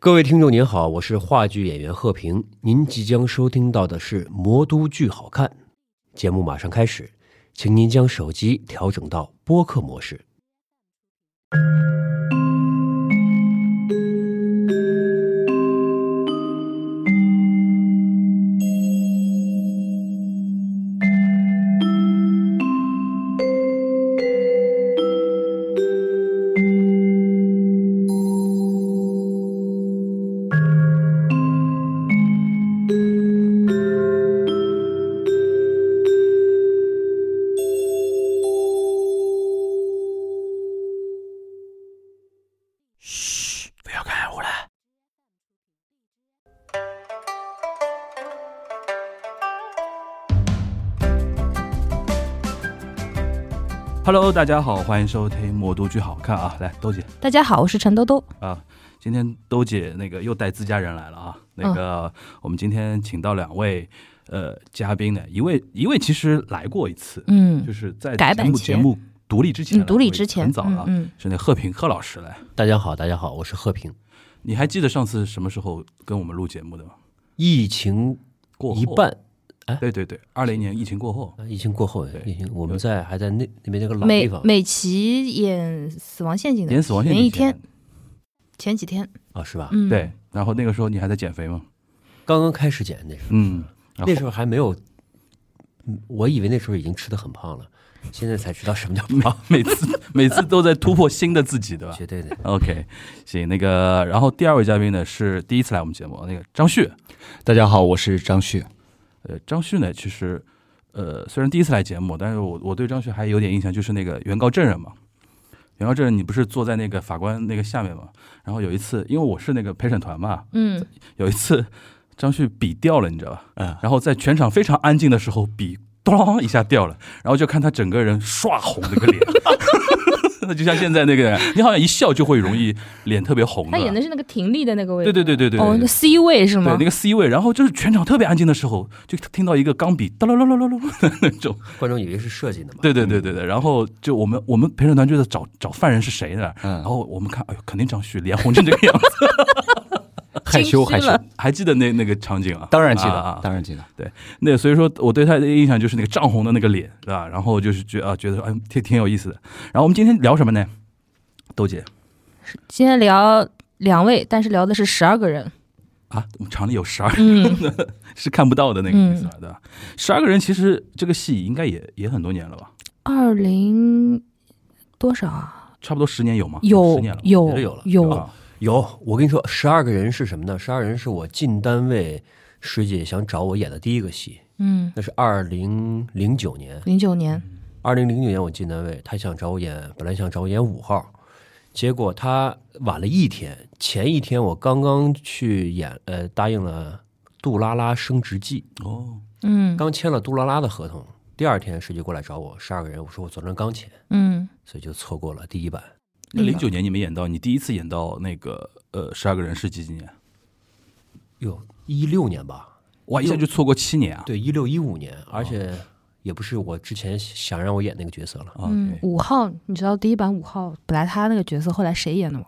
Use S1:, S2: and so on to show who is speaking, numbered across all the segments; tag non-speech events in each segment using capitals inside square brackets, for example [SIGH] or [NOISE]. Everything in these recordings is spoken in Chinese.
S1: 各位听众您好，我是话剧演员贺平。您即将收听到的是《魔都剧好看》节目，马上开始，请您将手机调整到播客模式。
S2: 不要看我了。Hello，大家好，欢迎收听《魔都剧好看》啊！来，豆姐
S3: 大家好，我是陈兜兜。
S2: 啊，今天豆姐那个又带自家人来了啊。那个，
S3: 嗯
S2: 我们今天请到两位呃嘉宾呢，一位一位其实来过一次，
S3: 嗯
S2: 就是在
S3: 改
S2: 节
S3: 版
S2: 目节
S3: 前
S2: 目独立之前来过
S3: 嗯，
S2: 一次，
S3: 独立之前
S2: 很早了啊，
S3: 嗯
S2: 是那贺平贺老师来。
S1: 大家好，大家好，我是贺平。
S2: 你还记得上次什么时候跟我们录节目的吗？
S1: 疫情
S2: 过后
S1: 一半，
S2: 对对对，二零年疫情过后，
S1: 啊疫情过后，
S2: 对
S1: 疫情我们在还在那那边那个老
S3: 嗯
S1: 地
S3: 美
S1: 方
S3: 美琪演《死亡陷阱》的
S2: 演死亡陷
S3: 前
S2: 阱啊
S3: 一天，前几天，
S1: 啊，是吧？
S3: 嗯，，
S2: 对。然后那个时候你还在减肥吗？
S1: 刚刚开始减那时候，
S2: 嗯， [LAUGHS] 然后
S1: 那时候还没有，嗯我以为那时候已经吃的很胖了，现在才知道什么叫
S2: 每
S1: 胖。
S2: 每次每次都在突破新的自己，对吧
S1: 绝 [LAUGHS] 对的，
S2: ？OK，行，那个，然后第二位嘉宾呢是第一次来我们节目，那个张旭。
S4: 大家好，我是张旭。
S2: 呃，张旭呢，其实呃虽然第一次来节目，但是我我对张旭还有点印象，就是那个原告证人嘛。原告证人，你不是坐在那个法官那个下面嘛？然后有一次，因为我是那个陪审团嘛，
S3: 嗯，
S2: 有一次张旭笔掉了，你知道吧？
S4: 嗯，
S2: 然后在全场非常安静的时候，笔咚一下掉了，然后就看他整个人刷红那个
S4: [LAUGHS]
S2: 脸，那就像现在那个，你好像一笑就会容易脸特别红
S3: 他
S2: 的。
S3: 演的是那个婷丽的那个位
S2: 对
S3: 置，
S2: 对对对对
S3: 哦，那
S2: 对。
S3: C 位是
S2: 对
S3: 吗
S2: 那？个 C 位，然后就是全场特别安静的时候，就听到一个钢笔哒啦啦啦啦啦啦那种。
S1: 观众以为是设计的嘛。
S2: 对对对对
S4: 嗯
S2: 对，然后就我们我们陪审团就在找找犯人是谁的，
S4: 嗯
S2: 然后我们看，哎呦，肯定张旭脸红成这个样子，
S4: 害羞害
S3: 心虚
S4: 羞
S1: 啊
S3: 了，
S2: 还记得那那个场景啊？
S4: 当然记得，
S2: 啊啊啊
S4: 当然记得。
S2: 那所以说我对他的印象就是那个涨红的那个脸，对吧？然后就是觉啊，觉得说哎，挺挺有意思的。然后我们今天聊什么呢？豆姐
S3: 今天聊两位，但是聊的是十二个 [LAUGHS] 人，
S2: 啊，我们厂里有十二
S3: 嗯，
S2: 是看不到的那个意思了，对吧？十二个人其实这个戏应该也也很多年了吧，
S3: 二零多少啊？
S2: 差不多十年有吗？十
S3: 有
S2: 年了吧，
S1: 觉得
S3: 有
S1: 有了
S2: 对吧
S1: 有，我跟你说，十二个人是什么呢？十二人是我进单位师姐想找我演的第一个戏，
S3: 嗯，
S1: 那是二零零九年。
S3: 零九年，
S1: 二零零九年我进单位，她想找我演，本来想找我演五号，结果她晚了一天。前一天我刚刚去演，呃，答应了杜拉拉升职记，
S2: 哦，
S3: 嗯
S1: 刚签了杜拉拉的合同。第二天师姐过来找我，十二个人，我说我昨天刚签，
S3: 嗯，
S1: 所以就错过了第一版。
S2: 那零九年你没演到，你第一次演到那个呃十二个人是几几年？
S1: 哟，一六年吧，
S2: 哇，一下就错过七年啊！
S1: 对，一六一五年，而且也不是我之前想让我演那个角色了。
S2: 啊，
S3: 嗯
S2: 对，
S3: 五号，你知道第一版五号本来他那个角色后来谁演的吗？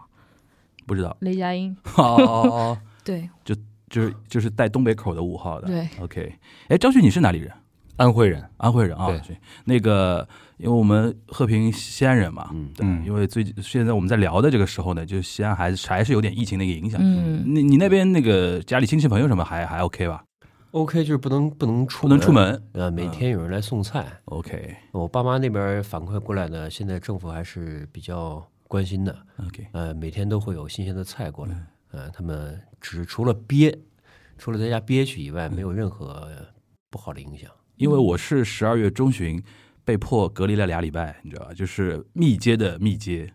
S2: 不知道
S3: 雷佳音，
S2: 哦哦哦，哦
S3: 对
S2: 就是就是带东北口的五号的。
S3: 嗯对，
S2: OK，哎，张旭你是哪里人？
S4: 安徽人，
S2: 安徽人啊，
S4: 对
S2: 对，那个，因为我们和平西安人嘛，
S1: 嗯
S2: 对
S4: 嗯
S2: 因为最近现在我们在聊的这个时候呢，就西安还是还是有点疫情的一个影响。
S3: 嗯，
S2: 你你那边那个家里亲戚朋友什么还还 OK 吧？
S1: OK，就是不能不能出
S2: 不能出，
S4: 嗯
S2: 门。
S1: 呃，每天有人来送菜。
S2: OK
S1: 我爸妈那边反馈过来呢，现在政府还是比较关心的，
S2: OK，
S1: 呃，每天都会有新鲜的菜过来。
S2: 嗯
S1: 呃，他们只除了憋，除了在家憋屈以
S2: 嗯
S1: 外，没有任何不好的影响。
S2: 因为我是十二月中旬被迫隔离了俩礼拜，你知道吧？就是密接的密接。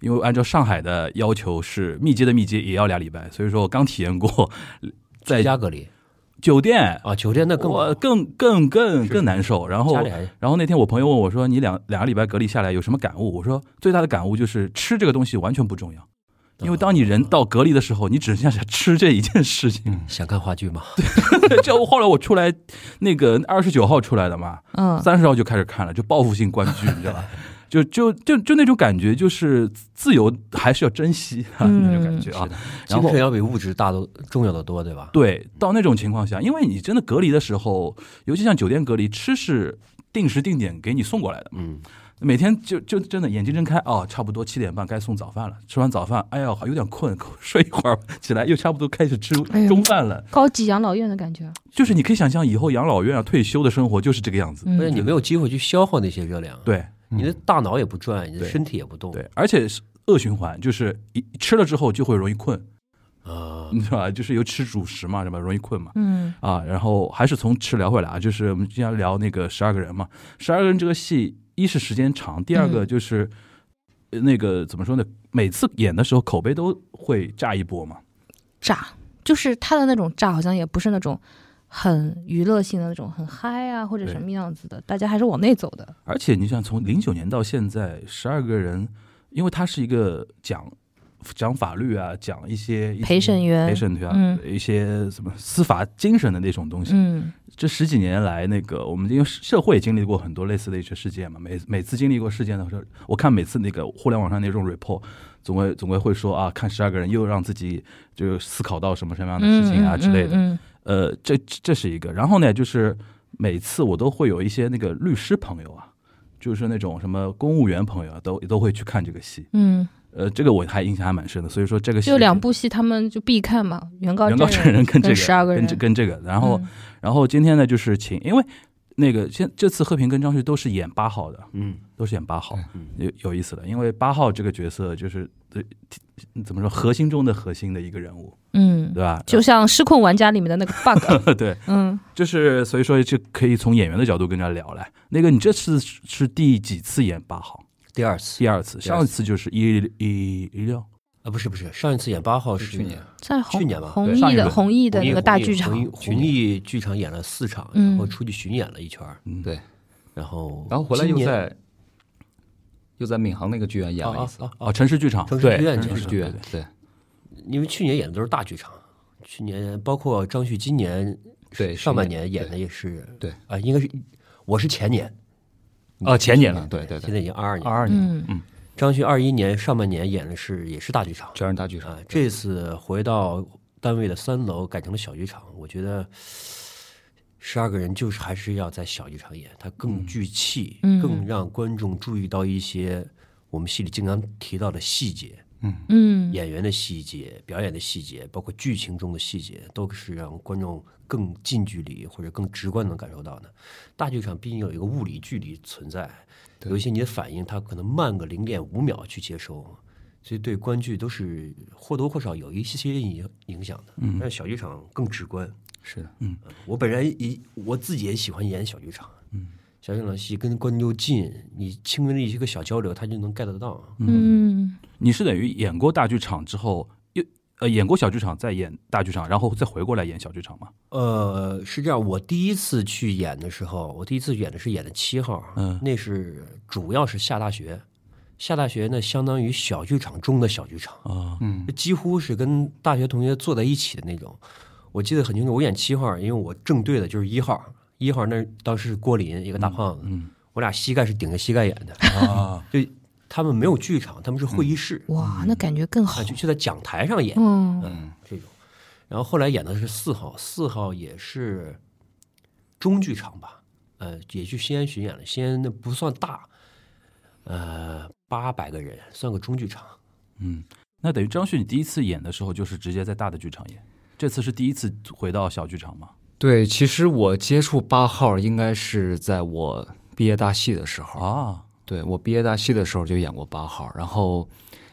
S2: 因为按照上海的要求是密接的密接也要俩礼拜，所以说我刚体验过在
S1: 居家隔离
S2: 酒店
S1: 啊，酒店那更
S2: 我更更更
S1: 是
S2: 更难受。然后
S1: 家里还
S2: 然后那天我朋友问我说：“你两两个礼拜隔离下来有什么感悟？”我说：“最大的感悟就是吃这个东西完全不重要，因为当你人到隔离的时候，你只剩下吃这一件事 [LAUGHS] 情。
S1: 想看话剧吗？
S2: 就后来我出来，那个二十九号出来的嘛，
S3: 嗯，
S2: 三十号就开始看了，就报复性关剧，你知道吧？就就就就那种感觉，就是自由还是要珍惜啊，
S3: 嗯
S2: 那种感觉啊
S4: 是的。
S2: 然
S1: 精
S2: 后
S1: 神要比物质大的重要的多，对吧？
S2: 对，到那种情况下，因为你真的隔离的时候，尤其像酒店隔离，吃是定时定点给你送过来的，
S1: 嗯，
S2: 每天就就真的眼睛睁开哦，差不多七点半该送早饭了。吃完早饭，哎呀，有点困，睡一会儿，起来又差不多开始吃
S3: 哎呦
S2: 中饭了。
S3: 高级养老院的感觉。
S2: 就是你可以想象以后养老院啊、退休的生活就是这个样子。
S3: 嗯
S1: 不是你没有机会去消耗那些热量，，
S2: 对
S1: 你
S4: 嗯
S1: 的大脑也不转，你的
S2: 对
S1: 身体也不动，
S2: 对，而且是恶循环，就是一吃了之后就会容易困，
S1: 啊，
S4: 嗯
S2: 你知道吧？就是由吃主食嘛，对吧？容易困嘛。
S3: 嗯
S2: 啊，然后还是从吃聊回来啊，就是我们经常聊那个十二个人嘛，十二个人这个戏，一是时间长，第二个
S3: 嗯
S2: 就是、呃那个怎么说呢？每次演的时候口碑都会炸一波嘛。
S3: 炸，就是他的那种炸，好像也不是那种很娱乐性的那种，很嗨啊或者
S2: 对
S3: 什么样子的，大家还是往内走的。
S2: 而且你想，从零九年到现在，十二个人，因为他是一个讲讲法律啊，讲一些
S3: 陪审员
S2: 陪审团、
S3: 嗯
S2: 一些什么司法精神的那种东西，
S3: 嗯
S2: 这十几年来，那个我们因为社会经历过很多类似的一些事件嘛，每每次经历过事件的时候，我看每次那个互联网上那种 report，总会总会会说啊，看十二个人又让自己就思考到什么什么样的事情啊之类的。
S3: 嗯
S2: 呃，这这这是一个。然后呢，就是每次我都会有一些那个律师朋友啊，就是那种什么公务员朋友啊，都都会去看这个戏。
S3: 嗯，
S2: 呃，这个我还印象还蛮深的。所以说这个戏
S3: 就两部戏他们就必看嘛，《原告
S2: 原告证
S3: 证
S2: 人跟这个
S3: 跟12个人
S2: 跟这跟这个，然后。然后今天呢，就是请，因为那个现这次贺平跟张旭都是演八号的，
S1: 嗯，
S2: 都是演八号，
S1: 嗯
S2: 有有意思的，因为八号这个角色就是呃怎么说核心中的核心的一个人物，
S3: 嗯
S2: 对
S3: 嗯，
S2: 吧？
S3: 就像失控玩家里面的那个
S2: [LAUGHS]
S3: bug，
S2: 对，
S3: 嗯
S2: 就是所以说就可以从演员的角度跟人家聊来。那个你这次是是第几次演八号？
S1: 第二次
S2: 第二
S1: 第
S2: 次，
S1: 二次
S2: 上一次就是一一一六，
S1: 啊，不是不是，上一次演八号是
S4: 去年
S3: 在红
S1: 去年吧
S3: 红
S1: 对
S2: 上
S3: 艺
S2: 一
S3: 的
S2: 轮
S3: 红艺的
S1: 红
S3: 那
S1: 艺
S3: 个大剧场，
S1: 红艺红艺剧场演了四场，
S3: 嗯
S1: 然后出去巡演了一圈儿，
S2: 嗯，
S4: 对，
S1: 然后
S4: 然后回来
S1: 今
S4: 又
S1: 年
S4: 在又在闵行那个剧院演了一次，
S1: 啊啊啊
S2: 哦，城市剧场，
S1: 城市
S4: 对，
S1: 剧院
S4: 城
S1: 这
S4: 市
S1: 是
S4: 剧院，对
S1: 因为去年演的都是大剧场，去年包括张旭今年
S4: 对，
S1: 上半
S4: 是
S1: 年演的也是
S4: 对
S1: 啊、应该是我是前年，
S4: 啊前年了，对对
S1: 现
S4: 对，
S1: 在已经二二年
S4: 二，二年
S3: 嗯
S1: 张旭二一年上半年演的是也是大剧场
S4: 全是大剧场
S1: 啊，，这次回到单位的三楼改成了小剧场，我觉得十二个人就是还是要在小剧场演，它更聚气，
S3: 嗯
S1: 更让观众注意到一些我们戏里经常提到的细节。
S3: 嗯，
S1: 演员的细节、表演的细节，包括剧情中的细节，都是让观众更近距离或者更直观地能感受到的。大剧场毕竟有一个物理距离存在，
S4: 对
S1: 有一些你的反应，它可能慢个零点五秒去接收，所以对观剧都是或多或少有一些些影影响的。但是小剧场更直观。
S4: 嗯
S1: 呃
S4: 是嗯的，
S1: 我本人也我自己也喜欢演小剧场，嗯，小剧场戏跟观众近，你轻微的一个小交流，他就能 get 得到。
S3: 嗯，
S2: 你是等于演过大剧场之后又呃演过小剧场，再演大剧场，然后再回过来演小剧场嘛？
S1: 呃，是这样，我第一次去演的时候，我第一次演的是演的七号，啊
S2: 嗯
S1: 那是主要是下大学，下大学呢相当于小剧场中的小剧场，
S2: 啊，
S4: 嗯
S1: 几乎是跟大学同学坐在一起的那种。我记得很清楚，我演七号，因为我正对的就是一号，一号那儿当时是郭林，一个大胖子，
S2: 嗯
S1: 我俩膝盖是顶着膝盖演的，
S2: 啊，嗯
S1: 就他们没有剧场，他们是会议室，
S3: 哇，那感觉更好
S1: 啊，，就就在讲台上演，
S3: 嗯
S4: 嗯，
S1: 这种。然后后来演的是四号，四号也是中剧场吧，呃，也去西安巡演了。西安那不算大，呃，八百个人算个中剧场。
S2: 嗯，那等于张旭，你第一次演的时候就是直接在大的剧场演，这次是第一次回到小剧场嘛？
S4: 对，其实我接触八号应该是在我毕业大戏的时候，
S2: 啊，
S4: 对我毕业大戏的时候就演过八号，然后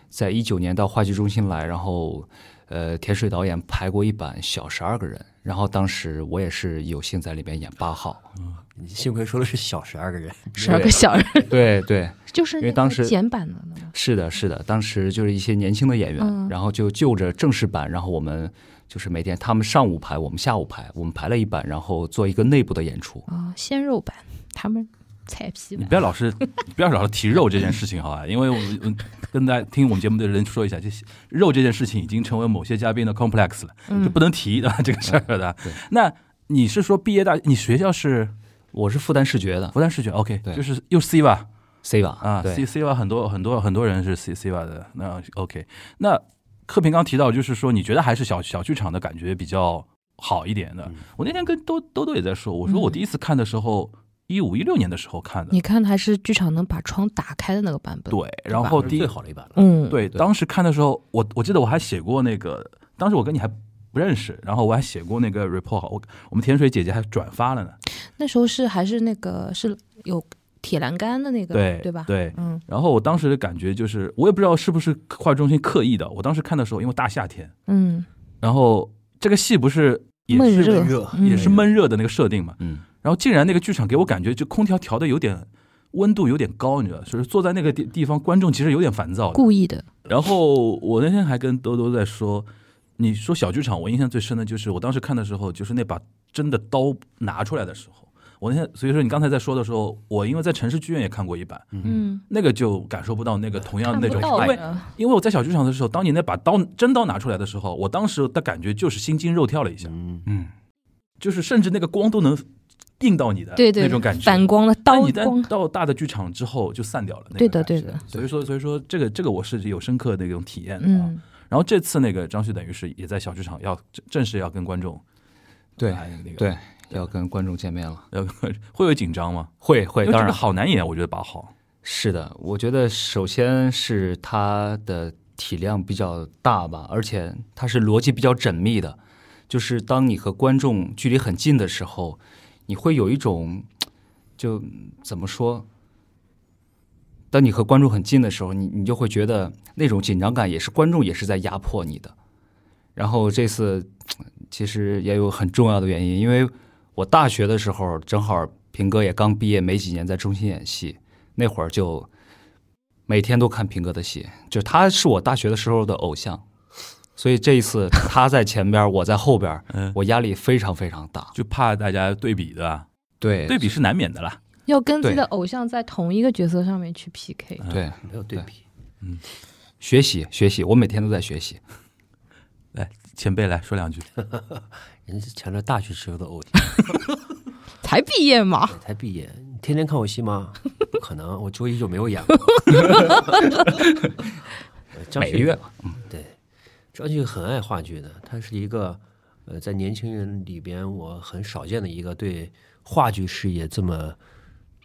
S4: 在一九年到话剧中心来，然后呃，田水导演排过一版小十二个人，然后当时我也是有幸在里边演八号， [LAUGHS]
S1: 你幸亏说的是小十二个人，
S3: 十二个小人，
S4: 对对，
S3: 就是
S4: 因为
S3: 那个
S4: 当时
S3: 简版的那个，
S4: 是的，是的，当时就是一些年轻的演员，
S3: 嗯
S4: 然后就就着正式版，然后我们就是每天他们上午排，我们下午排，我们排了一版，然后做一个内部的演出，
S3: 啊，鲜肉版，他们菜皮
S2: 你
S3: 版
S2: 不，要老是 [LAUGHS] 你不要老是提肉这件事情好吧？因为我们我跟大家听我们节目的人说一下，这肉这件事情已经成为某些嘉宾的 complex 了，就
S3: 嗯
S2: 不能提对吧？这个事儿的
S4: 对。
S2: 那你是说毕业大，你学校是
S4: 我是复旦视觉的，
S2: 复旦视觉 OK，
S4: 对
S2: 就是又是 C 吧？
S4: C 吧
S2: 啊
S4: 对
S2: ，C C 吧，很多很多很多人是 C C 吧的。那 OK，那克平刚提到，就是说你觉得还是小小剧场的感觉比较好一点的。
S1: 嗯
S2: 我那天跟兜兜兜也在说，我说
S3: 嗯
S2: 我第一次看的时候，一五一六年的时候看的
S3: 你，看还是剧场能把窗打开的那个版本。，
S2: 对，然后
S1: 是
S2: 第一
S1: 最好的一版了。
S3: 嗯，，
S2: 对，当时看的时候，我我记得我还写过那个，当时我跟你还不认识，然后我还写过那个 report，我我们甜水姐姐还转发了呢。
S3: 那时候是还是那个是有铁栏杆的那个，
S2: 对
S3: 对吧？，
S2: 对，
S3: 嗯
S2: 然后我当时的感觉就是，我也不知道是不是话剧中心刻意的，我当时看的时候，因为大夏天，
S3: 嗯，
S2: 然后这个戏不是也
S3: 闷
S2: 是
S3: 热
S1: 热
S3: 嗯
S2: 也是闷热的那个设定嘛，
S4: 嗯，
S2: 然后竟然那个剧场给我感觉就空调调的有点。温度有点高，你知道，就是坐在那个地地方，观众其实有点烦躁的。
S3: 故意的，
S2: 然后我那天还跟兜兜在说，你说小剧场，我印象最深的就是我当时看的时候，就是那把真的刀拿出来的时候。我那天，所以说你刚才在说的时候，我因为在城市剧院也看过一版，
S3: 嗯，
S2: 那个就感受不到那个同样
S3: 看
S2: 那
S3: 不
S2: 种，
S3: 到
S2: 因为
S3: 的，
S2: 因为我在小剧场的时候，当你那把刀真刀拿出来的时候，我当时的感觉就是心惊肉跳了一下，
S1: 嗯，
S4: 嗯，
S2: 就是甚至那个光都能映到你的
S3: 对对，
S2: 那种感觉，
S3: 反光的刀
S2: 但你在
S3: 光，
S2: 到大的剧场之后就散掉了，那个
S3: 对的
S2: 感
S3: 对
S2: 觉
S3: 的，
S2: 所以说所以说这个这个我是有深刻的一种体验的啊。
S3: 嗯，
S2: 然后这次那个张旭等于是也在小剧场要正正式要跟观众
S4: 对
S1: 哎
S2: 来那个
S4: 对，要跟观众见面了，
S2: 要跟观众会有紧张吗？
S4: 会会，
S2: 因为
S4: 当
S2: 这个
S4: 然
S2: 好难演，啊我觉得把好，
S4: 是的，我觉得首先是它的体量比较大吧，而且它是逻辑比较缜密的，就是当你和观众距离很近的时候，你会有一种就怎么说？当你和观众很近的时候，你你就会觉得那种紧张感也是观众也是在压迫你的。然后这次其实也有很重要的原因，因为我大学的时候正好平哥也刚毕业没几年，在中心演戏，那会儿就每天都看平哥的戏，就他是我大学的时候的偶像，所以这一次他在前边，我在后边，
S2: 嗯，
S4: 我压力非常非常大。
S2: 就怕大家对比对吧？
S4: 对
S2: 对比是难免的啦。
S3: 要跟自己
S4: 对
S3: 的偶像在同一个角色上面去 PK，
S2: 嗯
S4: 对，
S1: 没有对比，
S4: 学习学习，我每天都在学习。
S2: 前辈来说两句， [LAUGHS]
S1: 人家是强调大学时候的偶像，
S3: 才毕业嘛，
S1: 才毕业，你天天看我戏
S4: [LAUGHS]
S1: 吗？不可能，我周一就没有演过。呃张
S4: 每
S1: 学
S4: 个月
S1: 对，张旭很爱话剧的，他是一个呃，在年轻人里边我很少见的一个对话剧事业这么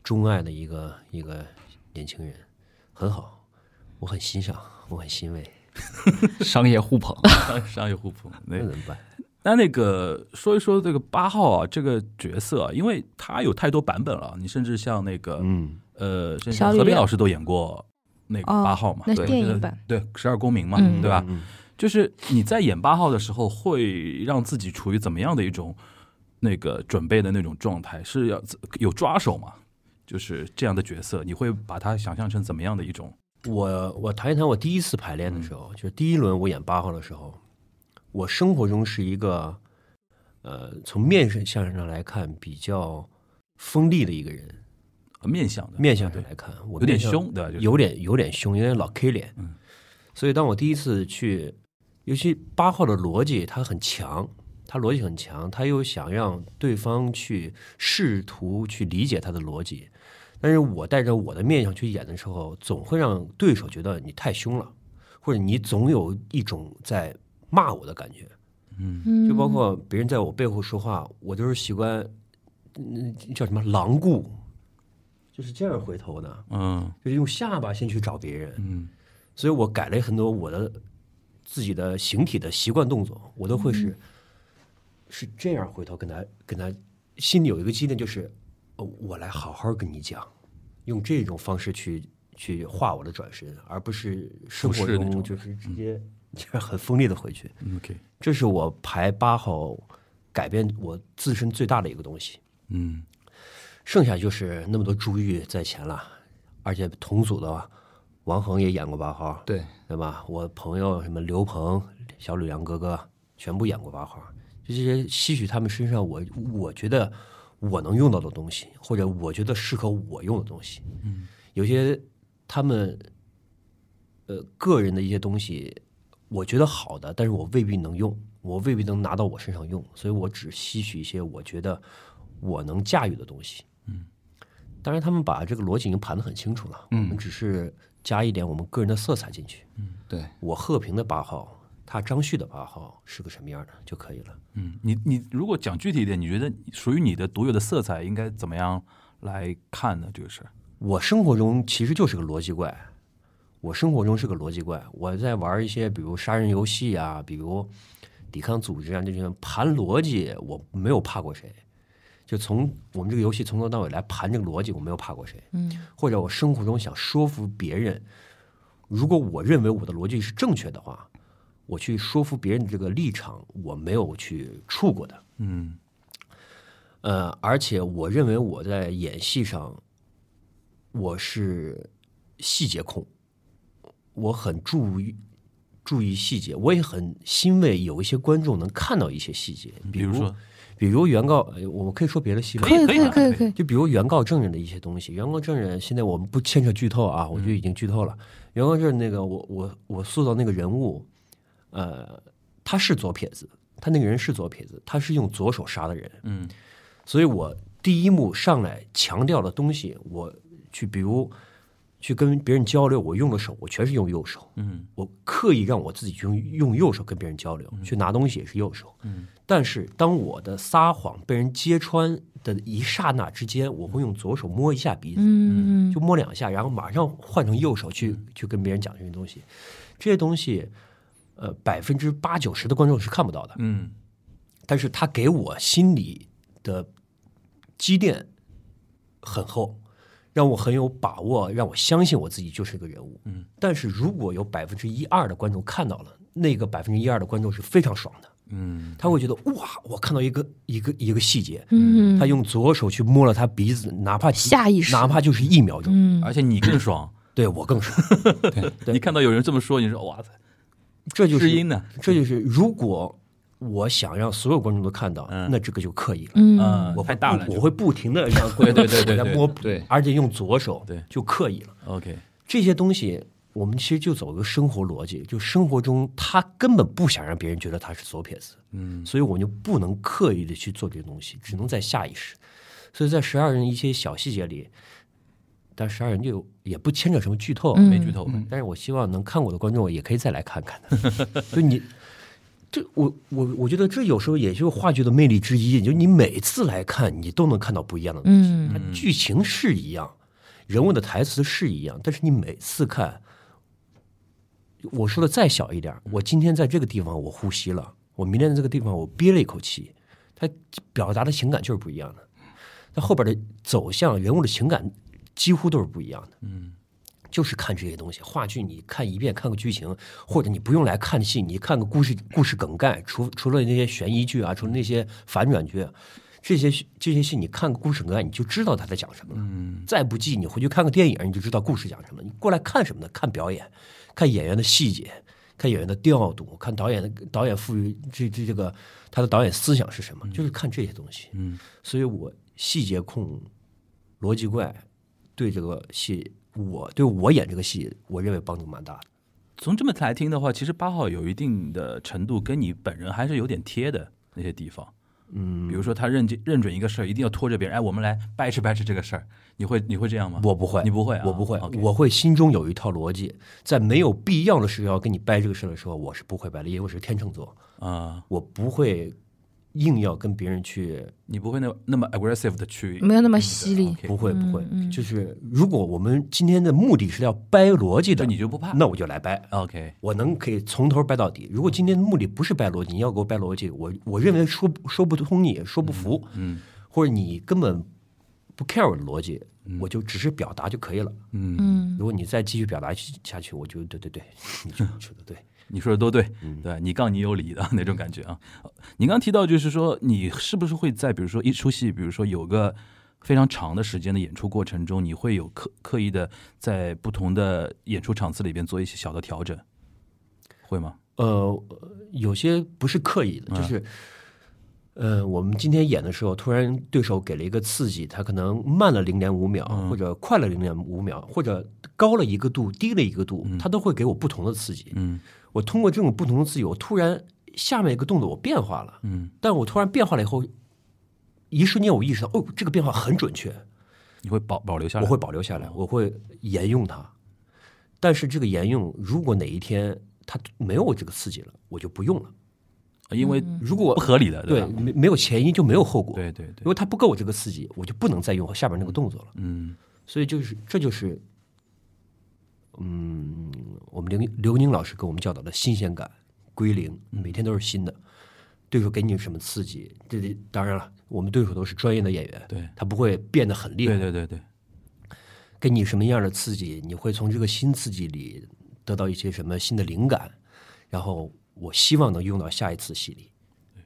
S1: 钟爱的一个一个年轻人，很好，我很欣赏，我很欣慰。
S4: 商业互
S1: [LAUGHS]
S4: 捧，
S2: 商商业互捧。那
S1: 那怎么办？
S2: 那那个说一说这个八号啊，这个角色啊，因为他有太多版本了，你甚至像那个、
S1: 嗯，
S2: 呃，甚至
S3: 小
S2: 像
S3: 李
S2: 何冰
S3: 亮
S2: 老师都演过那个
S3: 哦
S2: 八号嘛，
S3: 那是
S2: 对，
S3: 电
S2: 就是
S3: 影版
S2: 对《十二公民》嘛，
S3: 嗯
S2: 对吧？
S1: 嗯？
S2: 就是你在演八号的时候，会让自己处于怎么样的一种那个准备的那种状态？是要有抓手吗？就是这样的角色，你会把它想象成怎么样的一种？
S1: 我我谈一谈我第一次排练的时候，就是第一轮我演八号的时候，我生活中是一个呃，从面相上来看比较锋利的一个人，
S2: 呃面相的
S1: 面相上来看，我
S2: 有点
S1: 面相
S2: 凶，对吧？就是
S1: 有点有点凶，有点老 K 脸。
S2: 嗯
S1: 所以当我第一次去，尤其八号的逻辑他很强，他逻辑很强，他又想让对方去试图去理解他的逻辑，但是我带着我的面相去演的时候，总会让对手觉得你太凶了，或者你总有一种在骂我的感觉。
S3: 嗯，
S1: 就包括别人在我背后说话，我就是习惯，嗯，叫什么狼顾，就是这样回头的。
S2: 嗯
S1: 就是用下巴先去找别人，
S2: 嗯，
S1: 所以我改了很多我的自己的形体的习惯动作，我都会是、
S2: 嗯
S1: 是这样回头跟他跟他心里有一个积淀，就是、呃我来好好跟你讲，用这种方式去去画我的转身，而不是生活
S2: 俯视那
S1: 中
S2: 种
S1: 就是直接 [LAUGHS] 这样很锋利的回去。
S2: 嗯，OK，
S1: 这是我排八号改变我自身最大的一个东西。
S2: 嗯
S1: 剩下就是那么多珠玉在前了，而且同组的王恒也演过八号，
S4: 对，
S1: 对吧？我朋友什么刘鹏、小吕梁哥哥，全部演过八号，就这些吸取他们身上我我觉得我能用到的东西，或者我觉得适合我用的东西。嗯，有些他们呃个人的一些东西，我觉得好的，但是我未必能用，我未必能拿到我身上用，所以我只吸取一些我觉得我能驾驭的东西。嗯，嗯当然，他们把这个逻辑已经盘得很清楚了，我们只是加一点我们个人的色彩进去。
S4: 对，
S1: 我贺平的八号，他张旭的八号是个什么样的就可以了。
S2: 嗯，你你如果讲具体一点，你觉得属于你的独有的色彩应该怎么样来看呢？这个事儿，
S1: 我生活中其实就是个逻辑怪，我生活中是个逻辑怪。我在玩一些比如杀人游戏啊，比如抵抗组织啊，这些盘逻辑，我没有怕过谁。就从我们这个游戏从头到尾来盘这个逻辑，我没有怕过谁。
S3: 嗯，
S1: 或者我生活中想说服别人，如果我认为我的逻辑是正确的话，我去说服别人的这个立场，我没有去触过的。
S2: 嗯
S1: 呃，而且我认为我在演戏上，我是细节控，我很注意注意细节，我也很欣慰有一些观众能看到一些细节，
S2: 比如说，
S1: 比如原告，呃我可以说别的戏吗？
S3: 可以
S2: 可以
S3: 以
S2: 可
S3: 可
S2: 以
S3: 可以，
S1: 就比如原告证人的一些东西，原告证人现在我们不牵扯剧透啊，我就已经剧透了。原告证人那个我我我塑造那个人物，呃，他是左撇子，他那个人是左撇子，他是用左手杀的人，
S2: 嗯
S1: 所以我第一幕上来强调的东西，我去比如去跟别人交流，我用的手我全是用右手，
S2: 嗯
S1: 我刻意让我自己去用用右手跟别人交流，去拿东西也是右手。
S2: 嗯
S1: 但是当我的撒谎被人揭穿的一刹那之间，我会用左手摸一下鼻子，
S3: 嗯，
S1: 就摸两下，然后马上换成右手去、
S2: 嗯
S1: 去跟别人讲这些东西。这些东西，呃，百分之八九十的观众是看不到的，
S2: 嗯
S1: 但是他给我心里的积淀很厚，让我很有把握，让我相信我自己就是个人物。
S2: 嗯，
S1: 但是如果有百分之一二的观众看到了，那个百分之一二的观众是非常爽的，
S2: 嗯
S1: 他会觉得哇，我看到一个一个一个细节，
S3: 嗯，
S1: 他用左手去摸了他鼻子，哪怕
S3: 下意识
S1: 哪怕就是一秒钟，
S3: 嗯
S2: 而且你更爽，
S1: 对我更爽。对
S2: 你看到有人这么说，你说哇塞，
S1: 这就
S2: 知
S1: 是
S2: 音呢？
S1: 这就是，如果我想让所有观众都看到，
S2: 嗯
S1: 那这个就刻意了。
S3: 嗯
S2: 嗯，
S1: 我
S2: 太大了，
S1: 我
S2: 就
S1: 会不停的让观众
S2: 对对对对
S1: 来摸，
S4: 对
S1: 而且用左手，
S2: 对
S1: 就刻意了。
S2: OK，
S1: 这些东西，我们其实就走一个生活逻辑，就生活中他根本不想让别人觉得他是左撇子，
S2: 嗯
S1: 所以我就不能刻意的去做这些东西，只能在下意识。所以在十二人一些小细节里，但十二人就也不牵扯什么剧透，
S3: 嗯
S2: 没剧透呗，
S1: 但是我希望能看过的观众也可以再来看看的。 [LAUGHS] 就你，这我我我觉得这有时候也就是话剧的魅力之一，就你每次来看，你都能看到不一样的东西。
S3: 嗯
S1: 它剧情是一样，人物的台词是一样，但是你每次看，我说的再小一点儿，我今天在这个地方我呼吸了，我明天在这个地方我憋了一口气，它表达的情感就是不一样的。它后边的走向，人物的情感几乎都是不一样的。
S2: 嗯
S1: 就是看这些东西。话剧你看一遍，看个剧情，或者你不用来看戏，你看个故事故事梗概，除除了那些悬疑剧啊，除了那些反转剧啊，这些这些戏你看个故事梗概，你就知道他在讲什么了。
S2: 嗯
S1: 再不济，你回去看个电影，你就知道故事讲什么了。你过来看什么呢？看表演，看演员的细节，看演员的调度，看导演的导演赋予这这这个他的导演思想是什么，就是看这些东西。
S2: 嗯
S1: 所以我细节控、逻辑怪，对这个戏，我对我演这个戏，我认为帮助蛮大的。
S2: 从这么来听的话，其实八号有一定的程度跟你本人还是有点贴的那些地方。嗯，比如说他认这认准一个事儿，一定要拖着别人，哎，我们来掰扯掰扯这个事儿，你会你会这样吗？
S1: 我不会，
S2: 你不会啊
S1: 我不会，
S2: OK
S1: 我会心中有一套逻辑，在没有必要的时候要跟你掰这个事儿的时候，我是不会掰的，因为我是天秤座，
S2: 啊、
S1: 我不会硬要跟别人去，
S2: 你不会那那么 aggressive 的去，
S3: 没有那么犀利，
S2: OK
S1: 不会不会，
S3: 嗯嗯
S1: 就是如果我们今天的目的是要掰逻辑
S2: 就
S1: 的，
S2: 你就不怕
S1: 那我就来掰。
S2: ？OK，
S1: 我能可以从头掰到底。如果今天的目的不是掰逻辑，你要给我掰逻辑，我我认为说说不通你，说不服，
S2: 嗯
S1: 或者你根本不 care 我的逻辑，我就只是表达就可以了。
S2: 嗯，
S3: 嗯，
S1: 如果你再继续表达下去，我就对对对， [LAUGHS] 你就说的对。
S2: 你说的都对，
S1: 嗯
S2: 对你杠你有理的 [LAUGHS] 那种感觉啊。你刚提到就是说，你是不是会在比如说一出戏，比如说有个非常长的时间的演出过程中，你会有刻刻意的在不同的演出场次里边做一些小的调整，会吗？
S1: 呃，有些不是刻意的，
S2: 嗯
S1: 就是，呃，我们今天演的时候，突然对手给了一个刺激，他可能慢了零点五秒，
S2: 嗯
S1: 或者快了零点五秒，或者高了一个度，低了一个度，他都会给我不同的刺激。
S2: 嗯
S1: 我通过这种不同的自由，突然下面一个动作我变化了，
S2: 嗯
S1: 但我突然变化了以后，一瞬间我意识到，哦，这个变化很准确，
S2: 你会保保留下来
S1: 我
S2: 吗？
S1: 会保留下来，我会沿用它。但是这个沿用，如果哪一天它没有这个刺激了，我就不用了。
S2: 呃因为
S1: 如
S2: 不
S1: 果
S2: 合理的，
S1: 对
S2: 吧？
S1: 没没有前因就没有后果，
S2: 对对对
S1: 如，果它不够我这个刺激，我就不能再用下边那个动作了。
S2: 嗯
S1: 所以就是这就是，嗯，我们刘刘宁老师给我们教导的新鲜感、归零，每天都是新的。对手给你什么刺激，这这当然了，我们对手都是专业的演员，
S2: 对，
S1: 他不会变得很厉害。
S2: 对对对对，
S1: 给你什么样的刺激，你会从这个新刺激里得到一些什么新的灵感，然后我希望能用到下一次戏里，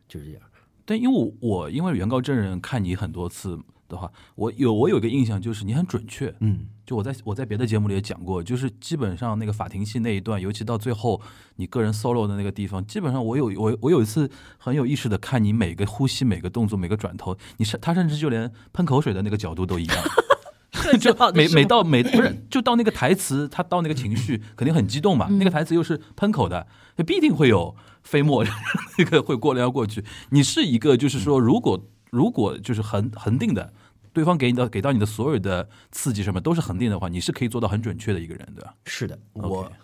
S1: 就是这样。
S2: 但因为我我因为原告证人看你很多次的话，我有我有一个印象就是你很准确，
S1: 嗯，
S2: 就我在我在别的节目里也讲过，就是基本上那个法庭戏那一段，尤其到最后你个人 solo 的那个地方，基本上我有我我有一次很有意识的看你每个呼吸、每个动作、每个转头，你甚他甚至就连喷口水的那个角度都一样。就每每到每不是就到那个台词，他到那个情绪肯定很激动嘛，那个台词又是喷口的，就必定会有飞沫 [LAUGHS] 那个会过来过去。你是一个就是说，如果如果就是恒恒定的，对方给你的给到你的所有的刺激什么都是恒定的话，你是可以做到很准确的一个人，对吧
S1: 是的，我
S2: ？OK，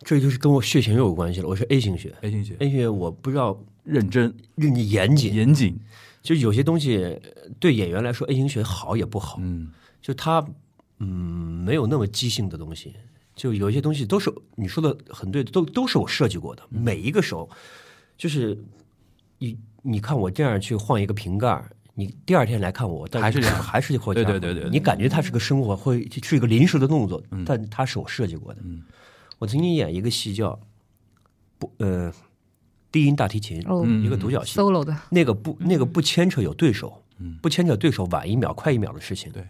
S1: 这就是跟我血型有关系了。我是 A 型血
S2: 哎，行行，
S1: ，A 型血我不知道
S2: 认真
S1: 认你严谨，
S2: 严谨，
S1: 就有些东西呃对演员来说 A 型血好也不好，
S2: 嗯，
S1: 就他嗯没有那么即兴的东西，就有一些东西都是你说的很对，都都是我设计过的，每一个手就是你你看我这样去晃一个瓶盖儿。你第二天来看我，但
S2: 还是这样
S1: 还是会这样
S2: 对对对对
S1: 你感觉它是个生活，会是一个临时的动作，但它是我设计过的。
S2: 嗯
S1: 我曾经演一个戏叫不呃低音大提琴，
S3: 哦
S1: 一个独角戏，
S3: solo 的，
S1: 那个不那个不牵扯有对手，不牵扯对手晚一秒快一秒的事情。
S2: 嗯对，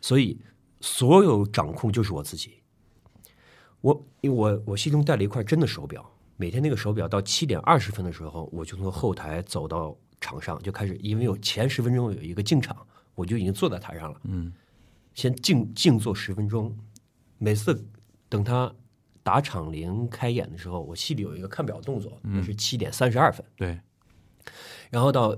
S1: 所以所有掌控就是我自己。我我我心中带了一块真的手表，每天那个手表到七点二十分的时候，我就从后台走到场上就开始，因为有前十分钟有一个进场，我就已经坐在台上了。
S2: 嗯，
S1: 先静静坐十分钟，每次等他打场铃开演的时候，我心里有一个看表动作，
S2: 嗯
S1: 那是七点三十二分。
S2: 对，
S1: 然后到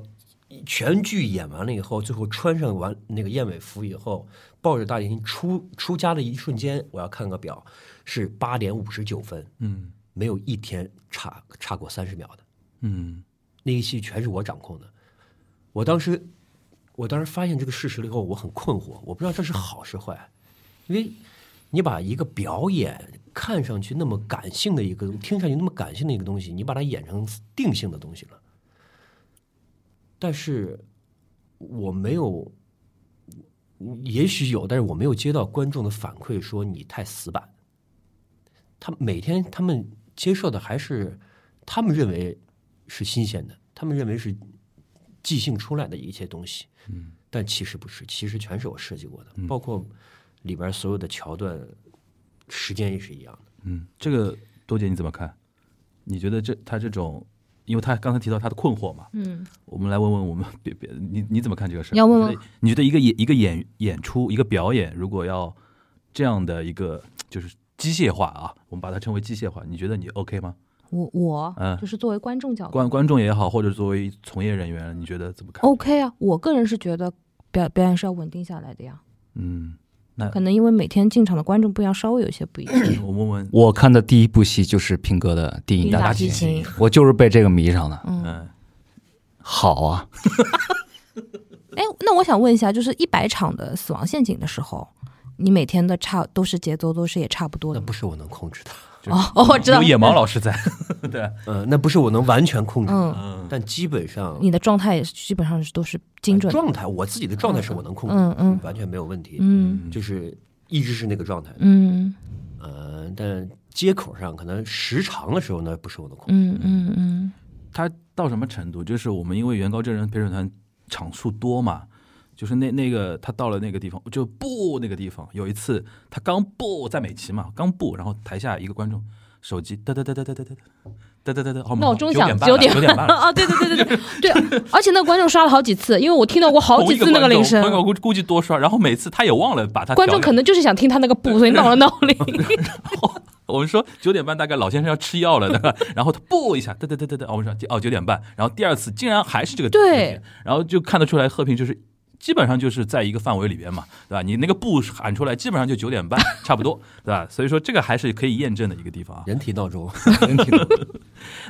S1: 全剧演完了以后，最后穿上完那个燕尾服以后，抱着大提琴出出家的一瞬间，我要看个表，是八点五十九分，
S2: 嗯
S1: 没有一天差差过三十秒的。
S2: 嗯
S1: 那一戏全是我掌控的。我当时，我当时发现这个事实了以后，我很困惑，我不知道这是好是坏，因为你把一个表演看上去那么感性的一个，听上去那么感性的一个东西，你把它演成定性的东西了。但是我没有，也许有，但是我没有接到观众的反馈说你太死板。他每天他们接受的还是他们认为是新鲜的，他们认为是即兴出来的一些东西，嗯，但其实不是，其实全是我设计过的，
S2: 嗯
S1: 包括里边所有的桥段，时间也是一样的。
S2: 嗯，这个多姐你怎么看？你觉得这他这种，因为他刚才提到他的困惑嘛，
S3: 嗯，
S2: 我们来问问我们别别你你怎么看这个事儿？
S3: 你要问吗
S2: 你觉得你觉得一个演一个演演出一个表演，如果要这样的一个就是机械化啊，我们把它称为机械化，你觉得你 OK 吗？
S3: 我我、
S2: 嗯
S3: 就是作为观众角度
S2: 观观众也好，或者作为从业人员，你觉得怎么看？
S3: ，OK 啊，我个人是觉得表表演是要稳定下来的呀，
S2: 嗯，
S3: 可能因为每天进场的观众不一样，稍微有一些不
S2: [CLEARS THROAT]
S3: 一样。
S2: 我问问，
S4: 我看的第一部戏就是平哥的《低音大
S3: 大
S4: 提
S3: 提
S4: 琴
S3: 琴》，
S4: 我就是被这个迷上的。
S3: 嗯，
S2: 嗯
S4: 好啊，
S3: 哎，那我想问一下，就是一百场的死亡陷阱的时候，你每天的差都是节奏都是也差不多
S1: 那
S3: 的吗
S1: 不是我能控制的，
S3: 哦哦，我知
S2: 有
S3: 道
S2: 野毛老师在，对，
S1: 呃，那不是我能完全控制的，
S3: 嗯，
S2: 嗯，
S1: 但基本上呃
S3: 你的状态也是基本上是都是精准的，
S1: 状态，我自己的状态是我能控制的，
S3: 嗯嗯
S1: 完全没有问题，
S3: 嗯
S1: 就是一直是那个状态的。
S3: 嗯
S1: 呃，但接口上可能时长的时候呢，不是我能控制的。
S3: 嗯嗯嗯，
S2: 他到什么程度？就是我们因为原告证人陪审团场数多嘛，就是那那个他到了那个地方，就不那个地方，有一次他刚不在美琪嘛，刚不，然后台下一个观众手机哒哒哒哒哒哒哒哒哒哒哒，好
S3: 闹钟响
S2: 九
S3: 9
S2: 九点
S3: [LAUGHS]
S2: 半了。
S3: 哦，对对对对对对，而且那个观众刷了好几次，因为我听到过好几次那
S2: 个
S3: 铃
S2: 观众
S3: 声，
S2: 估计估计多刷，然后每次他也忘了把他
S3: 观众可能就是想听他那个不，所以闹了闹
S2: [LAUGHS]
S3: 铃。
S2: 我们说九点半大概老先生要吃药了，对 [LAUGHS] 吧？然后他不一下，哒哒哒哒哒，我们说哦九点半，然后第二次竟然还是这个
S3: 对
S2: 时间，然后就看得出来贺平就是基本上就是在一个范围里边嘛，对吧？你那个步喊出来，基本上就九点半差不 [LAUGHS] 多，对吧？所以说这个还是可以验证的一个地方啊。
S1: 人体闹钟，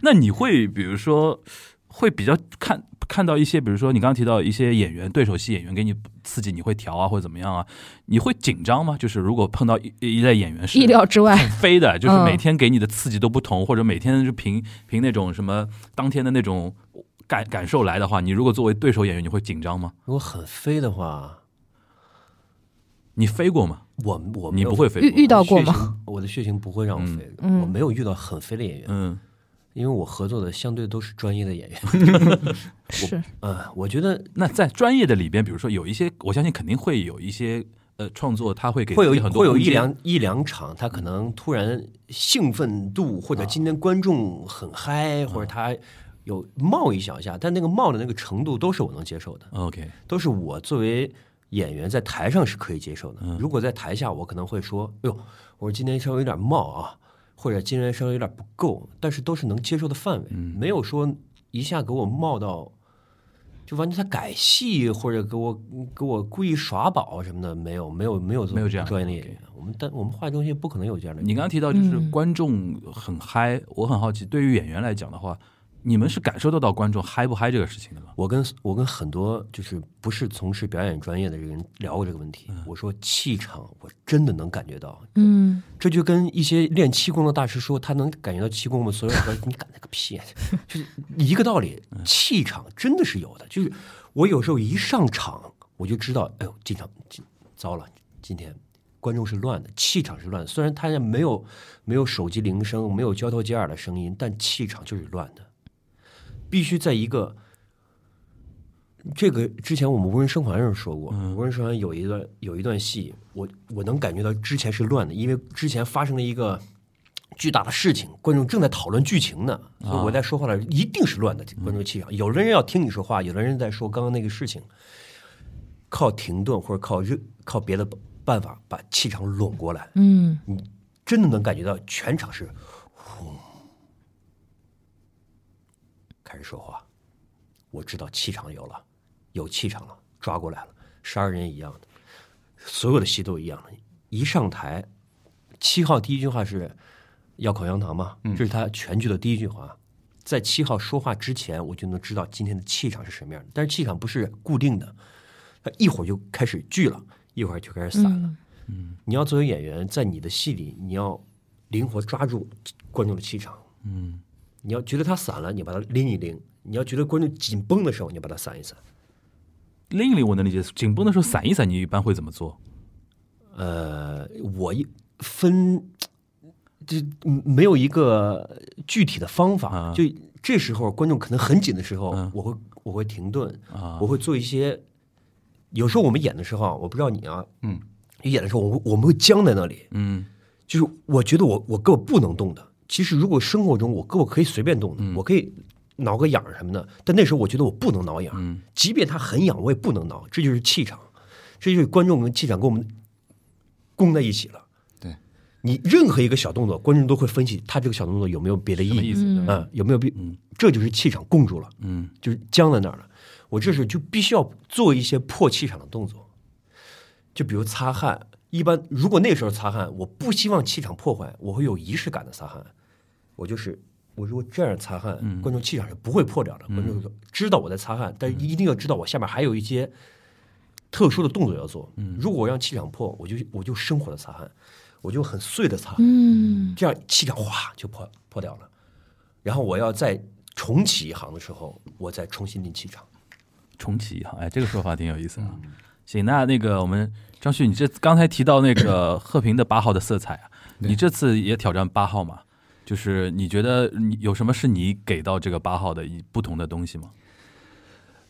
S2: 那你会比如说会比较看看到一些，比如说你刚刚提到一些演员对手戏演员给你刺激，你会调啊或者怎么样啊？你会紧张吗？就是如果碰到一一类演员是
S3: 意料之外，
S2: 飞的，就是
S3: 嗯
S2: 每天给你的刺激都不同，或者每天就凭凭那种什么当天的那种感感受来的话，你如果作为对手演员，你会紧张吗？
S1: 如果很飞的话，
S2: 你飞过吗？
S1: 我我没
S2: 你
S1: 有
S2: 不会飞
S3: 遇
S2: 过？
S3: 遇到过吗？
S1: 吗？我的血型不会让我飞的，
S3: 嗯
S1: 我没有遇到很飞的演员，
S2: 嗯
S1: 因为我合作的相对都是专业的演员。
S3: 是
S1: 嗯，我觉得
S2: 那在专业的里边，比如说有一些，我相信肯定会有一些呃创作，他会给
S1: 会有
S2: 自己很多
S1: 会有
S2: 空
S1: 一
S2: 间
S1: 两一两场，他可能突然兴奋度，或者
S3: 啊
S1: 今天观众很嗨，或者他有冒一小下，但那个冒的那个程度都是我能接受的，
S2: OK
S1: 都是我作为演员在台上是可以接受的。
S2: 嗯
S1: 如果在台下，我可能会说：“哎呦，我今天稍微有点冒啊，或者今天稍微有点不够。”但是都是能接受的范围，
S2: 嗯
S1: 没有说一下给我冒到。就完全他改戏或者给我给我故意耍宝什么的，没有没有没有
S2: 没有这样的
S1: 专业的演员。我们但我们化妆系不可能有这样的。
S2: 你刚刚提到就是
S3: 嗯
S2: 观众很嗨，我很好奇，对于演员来讲的话，你们是感受得到观众嗨不嗨这个事情的吗？
S1: 我跟我跟很多就是不是从事表演专业的人聊过这个问题，我说气场我真的能感觉到，
S3: 嗯，
S1: 这就跟一些练气功的大师说他能感觉到气功吗？所有人说 [LAUGHS] 你感觉个屁啊，就是一个道理。气场真的是有的，就是我有时候一上场我就知道，哎呦，这场今糟了，今天观众是乱的，气场是乱的。虽然他也没有没有手机铃声，没有交头接耳的声音，但气场就是乱的，必须在一个。这个之前我们无人生还上说过，无人生还有一段有一段戏，我我能感觉到之前是乱的，因为之前发生了一个巨大的事情，观众正在讨论剧情呢，所以我在说话的时候一定是乱的，观众气场。有的人要听你说话，有的人在说刚刚那个事情，靠停顿或者靠热靠别的办法把气场拢过来，
S3: 嗯，
S1: 真的能感觉到全场是轰，开始说话，我知道气场有了，有气场了，抓过来了，十二人一样的，所有的戏都一样的，一上台，七号第一句话是要口香糖嘛，这是他全剧的第一句话。在七号说话之前，我就能知道今天的气场是什么样的。但是气场不是固定的，他一会儿就开始聚了，一会儿就开始散了。你要作为演员，在你的戏里，你要灵活抓住观众的气场。嗯，你要觉得他散了，你把他拎一拎；你要觉得观众紧绷的时候，你把他散一散。
S2: 另一类我能理解，紧绷的时候散一散，你一般会怎么做？
S1: 呃，我一分这嗯没有一个具体的方法，
S2: 啊嗯
S1: 就这时候观众可能很紧的时候，我会我会停顿，
S2: 啊
S1: 我会做一些。有时候我们演的时候啊，我不知道你啊，
S2: 嗯，
S1: 演的时候我会我们会僵在那里，
S2: 嗯
S1: 就是我觉得我我胳膊不能动的。其实如果生活中我胳膊可以随便动的，
S2: 嗯
S1: 我可以挠个痒什么的，但那时候我觉得我不能挠痒，
S2: 嗯
S1: 即便它很痒，我也不能挠，这就是气场，这就是观众跟气场跟我们攻在一起了。
S4: 对
S1: 你任何一个小动作，观众都会分析他这个小动作有没有别的意
S2: 什么意
S1: 义，
S2: 思？对吧
S1: 嗯，有没有别，这就是气场供住了。
S2: 嗯
S1: 就是僵在那儿了。我这时候就必须要做一些破气场的动作，就比如擦汗。一般如果那时候擦汗，我不希望气场破坏，我会有仪式感的擦汗。我就是我如果这样擦汗，
S2: 嗯
S1: 观众气场是不会破掉的。观众知道我在擦汗，但是一定要知道我下面还有一些特殊的动作要做。如果我让气场破，我就我就生火的擦汗，我就很碎的擦汗。
S3: 嗯，
S1: 这样气场哗就破破掉了。然后我要再重启一行的时候，我再重新进气场。
S2: 重启一行，哎，这个说法挺有意思啊。
S4: 嗯
S2: 行，那那个我们张旭，你这刚才提到那
S4: [COUGHS]
S2: 个贺平的八号的色彩啊，你这次也挑战八号嘛？就是你觉得你有什么是你给到这个八号的一不同的东西吗？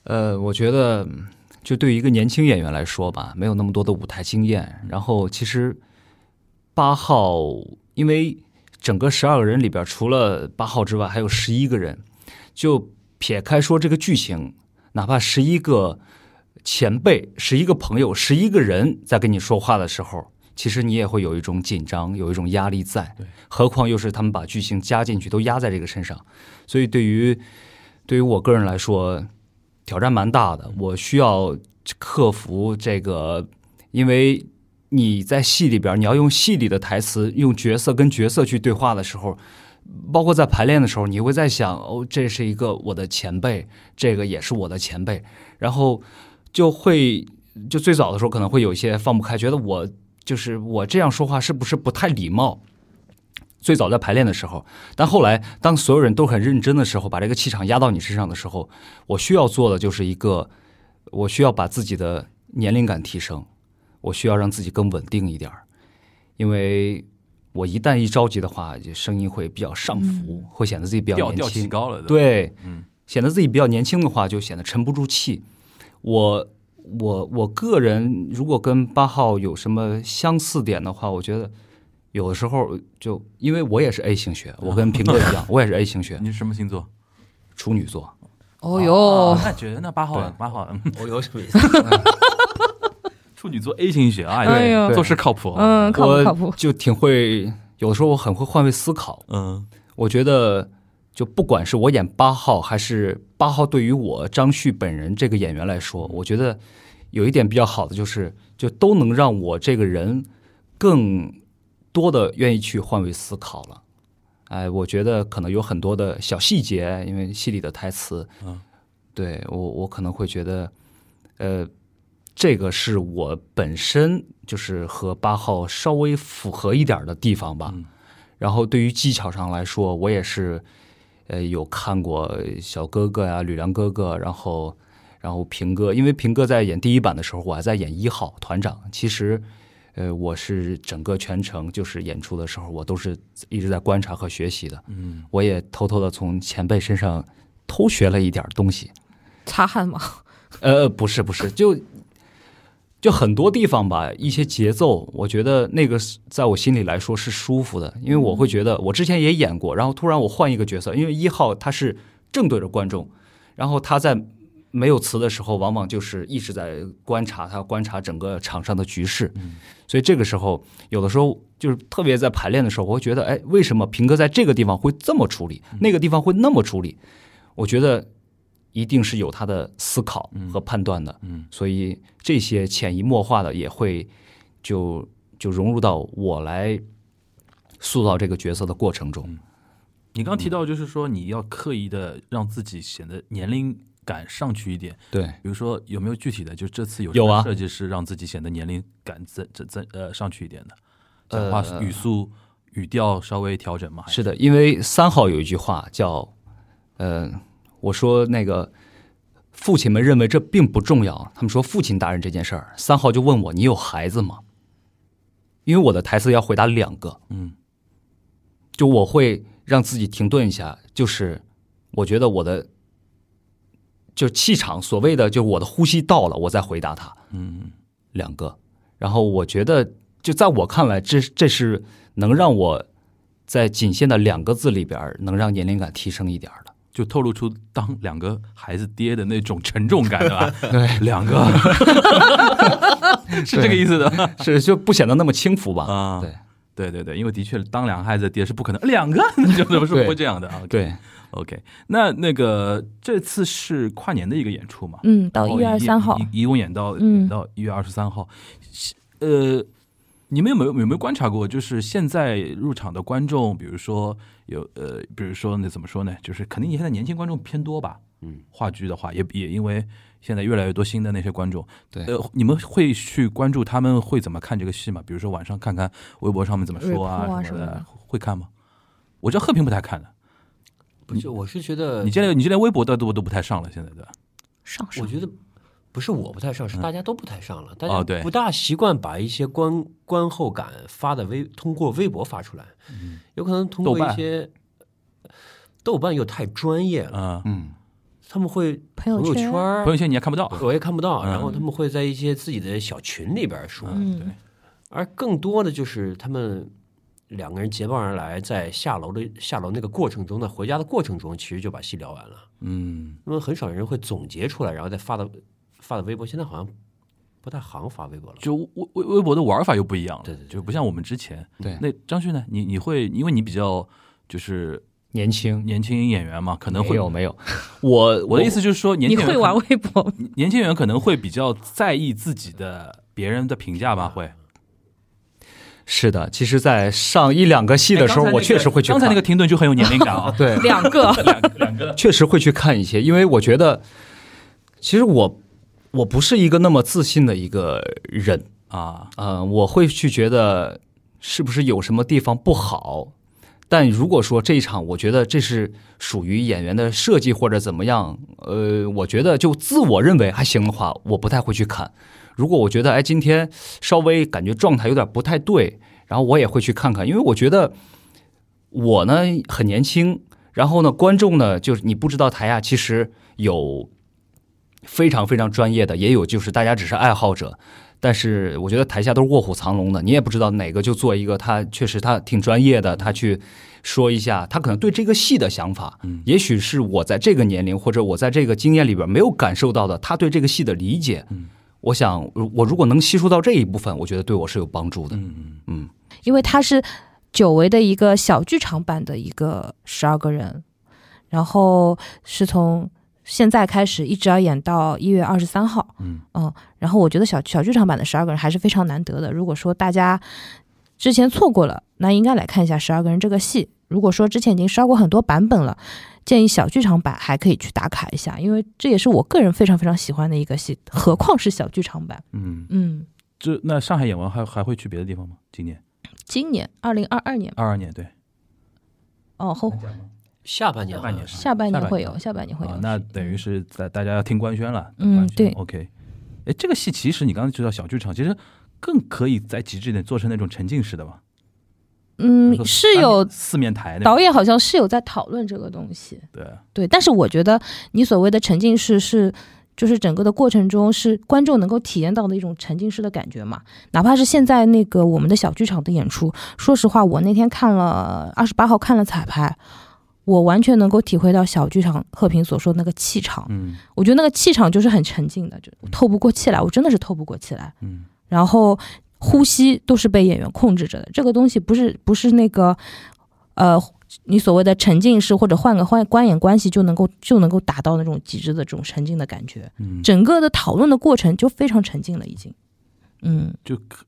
S4: 呃，我觉得嗯就对于一个年轻演员来说吧，没有那么多的舞台经验。然后其实八号，因为整个十二个人里边，除了八号之外，还有十一个人。就撇开说这个剧情，哪怕十一个前辈、十一个朋友、十一个人在跟你说话的时候，其实你也会有一种紧张，有一种压力在。何况又是他们把剧情加进去，都压在这个身上，所以对于对于我个人来说，挑战蛮大的。我需要克服这个，因为你在戏里边，你要用戏里的台词，用角色跟角色去对话的时候，包括在排练的时候，你会在想，哦，这是一个我的前辈，这个也是我的前辈，然后就会就最早的时候可能会有一些放不开，觉得我就是我这样说话是不是不太礼貌？最早在排练的时候，但后来当所有人都很认真的时候，把这个气场压到你身上的时候，我需要做的就是一个，我需要把自己的年龄感提升，我需要让自己更稳定一点儿，因为我一旦一着急的话，就声音会比较上浮，会显得自己比较
S2: 调
S4: 年
S2: 调
S4: 轻
S2: 起。高了，吧，
S4: 对，
S2: 嗯，
S4: 显得自己比较年轻的话，就显得沉不住气。我我我个人如果跟八号有什么相似点的话，我觉得有的时候就因为我也是 A 型血，我跟平哥一样，我也是 A 型血，
S2: 你是什么星座？
S4: 处女座。
S3: 哦哟
S2: 啊，那觉得那八号
S4: 对
S2: 八号嗯
S1: 我有什么？
S2: 处女座 A 型血，哎
S3: 哎呦
S2: 呀，做事靠谱，啊
S3: 嗯，靠谱靠谱
S4: 我。就挺会，有的时候我很会换位思考。
S2: 嗯
S4: 我觉得，就不管是我演八号，还是八号对于我张旭本人这个演员来说，我觉得有一点比较好的就是，就都能让我这个人更多的愿意去换位思考了。哎，我觉得可能有很多的小细节，因为戏里的台词，
S2: 嗯，
S4: 对我我可能会觉得，呃，这个是我本身就是和八号稍微符合一点儿的地方吧。
S2: 嗯
S4: 然后对于技巧上来说，我也是，呃，有看过小哥哥呀、吕梁哥哥，然后然后平哥，因为平哥在演第一版的时候，我还在演一号团长。其实，呃，我是整个全程就是演出的时候，我都是一直在观察和学习的。
S2: 嗯，
S4: 我也偷偷的从前辈身上偷学了一点儿东西。
S3: 擦汗嘛，
S4: 呃，不是不是，就就很多地方吧，一些节奏，我觉得那个是在我心里来说是舒服的，因为我会觉得我之前也演过，然后突然我换一个角色，因为一号他是正对着观众，然后他在没有词的时候，往往就是一直在观察，他观察整个场上的局势，所以这个时候有的时候就是特别在排练的时候，我会觉得，哎，为什么平哥在这个地方会这么处理，那个地方会那么处理？我觉得一定是有他的思考和判断的，
S2: 嗯嗯
S4: 所以这些潜移默化的也会就就融入到我来塑造这个角色的过程
S2: 嗯
S4: 中。
S2: 你刚提到就是说你要刻意的让自己显得年龄感上去一点，
S4: 对，
S2: 比如说有没有具体的？就这次有
S4: 有啊
S2: 什么设计师让自己显得年龄感增增增呃上去一点的，讲话
S4: 呃
S2: 语速、语调稍微调整嘛？还
S4: 是的，因为三号有一句话叫，呃，我说那个父亲们认为这并不重要，他们说父亲大人这件事儿，三号就问我你有孩子吗？因为我的台词要回答两个，
S2: 嗯
S4: 就我会让自己停顿一下，就是我觉得我的就气场，所谓的就我的呼吸到了，我再回答他
S2: 嗯
S4: 两个。然后我觉得，就在我看来，这这是能让我在仅限的两个字里边儿，能让年龄感提升一点儿的。
S2: [LAUGHS] 就透露出当两个孩子爹的那种沉重感，对吧？
S4: [LAUGHS] 对，
S2: 两个是这个意思的
S4: 是就不显得那么轻浮吧？
S2: 啊。
S4: 对
S2: 对对对，因为的确当两个孩子的爹是不可能两个， [LAUGHS] 就不是不会这样的啊。
S4: 对，
S2: OK，那那个这次是跨年的一个演出嘛？
S3: 嗯，到
S2: 然后
S3: 一月二十三号，
S2: 一一共演到
S3: 嗯
S2: 演到一月二十三号。呃，你们有没有有没有观察过？就是现在入场的观众，比如说有呃，比如说那怎么说呢？就是肯定现在年轻观众偏多吧。
S1: 嗯，
S2: 话剧的话，也也因为现在越来越多新的那些观众，
S4: 对
S2: 呃，你们会去关注他们会怎么看这个戏吗？比如说晚上看看微博上面怎么说
S3: Report 啊
S2: 啊
S3: 什么的
S2: 的，会看吗？我知道贺平不太看的，
S1: 不是，我是觉得
S2: 你现在你现在微博都都都不太上了，现在对吧？
S3: 上
S1: 我
S3: 上
S1: 觉得不是我不太上，是大家都不太上了，大
S2: 哦
S1: 家
S2: 对
S1: 不大习惯把一些观观后感发的微通过微博发出来，有可能通过
S2: 豆瓣
S1: 一些豆瓣又太专业了，
S2: 嗯，
S4: 嗯，
S1: 他们会
S3: 朋友
S1: 友
S3: 圈
S1: 儿
S2: 朋友圈你也看不到。
S1: 我也看不到，
S2: 嗯
S1: 然后他们会在一些自己的小群里边说，
S3: 嗯
S2: 对，
S1: 而更多的就是他们两个人结伴而来，在下楼的下楼那个过程中呢，回家的过程中，其实就把戏聊完了。
S2: 嗯，
S1: 那么很少有人会总结出来，然后再发到发到微博。现在好像不太行发微博了。
S2: [LAUGHS] 就微微微博的玩法又不一样了，
S1: 对对对
S2: 就不像我们之前。
S4: 对
S2: 那张旭呢？你你会因为你比较就是
S4: 年轻，
S2: 年轻演员嘛，可能
S4: 没
S2: 会
S4: 有没有，
S2: 我我的意思就是说，年
S3: 你
S2: 轻演
S3: 会
S2: 员
S3: 玩
S2: 可
S3: 微博吗？
S2: 年轻演员可能会比较在意自己的别人的评价吧，会。
S4: 是的，其实，在上一两个戏
S2: 记
S4: 的时候，我确实会去看。，
S2: 刚才那个停顿就很有年龄感 [LAUGHS] 啊
S4: 对，
S3: 两个，
S2: 两个两个，
S4: 确实会去看一些，因为我觉得，其实我我不是一个那么自信的一个人，
S2: 啊，
S4: 呃，我会去觉得是不是有什么地方不好。但如果说这一场，我觉得这是属于演员的设计或者怎么样，呃，我觉得就自我认为还行的话，我不太会去看。如果我觉得哎今天稍微感觉状态有点不太对，然后我也会去看看，因为我觉得我呢很年轻，然后呢观众呢就是你不知道台下其实有非常非常专业的，也有就是大家只是爱好者，但是我觉得台下都是卧虎藏龙的，你也不知道哪个就做一个他确实他挺专业的，他去说一下他可能对这个戏的想法，
S2: 嗯
S4: 也许是我在这个年龄或者我在这个经验里边没有感受到的，他对这个戏的理解，
S2: 嗯
S4: 我想如我如果能吸收到这一部分，我觉得对我是有帮助的，
S2: 嗯，
S4: 嗯，
S3: 因为它是久违的一个小剧场版的一个十二个人，然后是从现在开始一直要演到一月二十三号，
S2: 嗯
S3: 然后我觉得小小剧场版的十二个人还是非常难得的。如果说大家之前错过了，那应该来看一下十二个人这个戏。如果说之前已经刷过很多版本了，建议小剧场版还可以去打卡一下，因为这也是我个人非常非常喜欢的一个戏，何况是小剧场版。
S2: 嗯，
S3: 嗯，
S2: 这那上海演完还还会去别的地方吗？今年
S3: 今年二零二二年
S2: 二二年对，
S3: 哦，后
S1: 下半年
S2: 下半年
S1: 好像是
S3: 下半年
S2: 下半年
S3: 会有，下半年会有
S2: 啊
S3: 去。，
S2: 那等于是在大家要听官宣了，
S3: 嗯
S2: 官宣
S3: 对
S2: ，OK，哎，这个戏其实你刚刚知道小剧场，其实更可以再极致一点，做成那种沉浸式的吧，
S3: 嗯，是有
S2: 四面台那种
S3: 导演好像是有在讨论这个东西，
S2: 对，
S3: 对，但是我觉得你所谓的沉浸式是，就是整个的过程中是观众能够体验到的一种沉浸式的感觉嘛。哪怕是现在那个我们的小剧场的演出，说实话，我那天看了二十八号看了彩排，我完全能够体会到小剧场贺平所说的那个气场。
S2: 嗯
S3: 我觉得那个气场就是很沉静的，就透不过气来，我真的是透不过气来。
S2: 嗯
S3: 然后呼吸都是被演员控制着的。这个东西不是不是那个呃，你所谓的沉浸式或者换个换观演关系就能够就能够达到那种极致的这种沉浸的感觉。
S2: 嗯，
S3: 整个的讨论的过程就非常沉浸了，已经。嗯，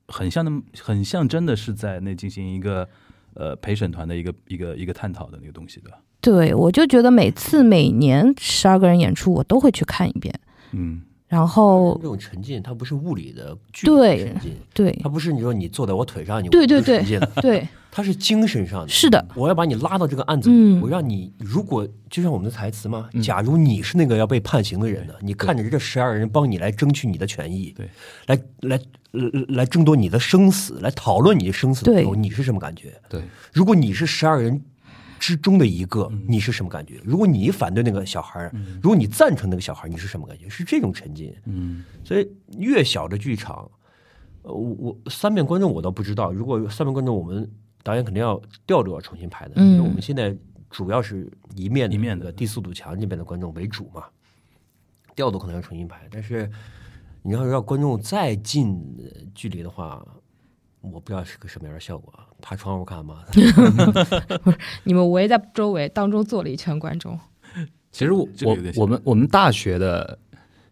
S2: 很像那么很像真的是在那进行一个呃陪审团的一个一个一个探讨的那个东西的，
S3: 对，我就觉得每次每年十二个人演出，我都会去看一遍。
S2: 嗯
S3: 然后
S1: 这种沉浸，它不是物理的具体
S3: 对
S1: 的沉浸，
S4: [LAUGHS]
S3: 对
S1: 它不是你说你坐在我腿上，你
S3: 对对
S1: 我就
S3: 对
S1: 沉浸了，
S3: 对，
S1: 它是精神上的。
S3: 是的，
S1: 我要把你拉到这个案子
S3: 嗯
S1: 里，我让你如果就像我们的台词嘛，假如你是那个要被判刑的人呢，你看着这十二人帮你来争取你的权益，
S2: 对，
S1: 来来来来争夺你的生死，来讨论你的生死的时候，
S3: 对
S1: 你是什么感觉？
S4: 对，
S1: 如果你是十二人之中的一个，
S2: 嗯
S1: 你是什么感觉？如果你反对那个小孩儿，如果你赞成那个小孩儿，你是什么感觉？是这种沉浸。
S2: 嗯
S1: 所以越小的剧场，呃，我我三面观众我倒不知道。如果有三面观众，我们导演肯定要调度要重新排的，
S3: 嗯
S1: 因为我们现在主要是一面
S2: 一面的
S1: 那个第四堵墙那边的观众为主嘛，调度可能要重新排。但是你要让观众再近呃距离的话，我不知道是个什么样的效果啊，爬窗户看吗？
S3: [LAUGHS] 你们围在周围当中坐了一圈观众。
S4: 其实我
S2: 这个
S4: 我
S2: 有点像
S4: 我们我们大学的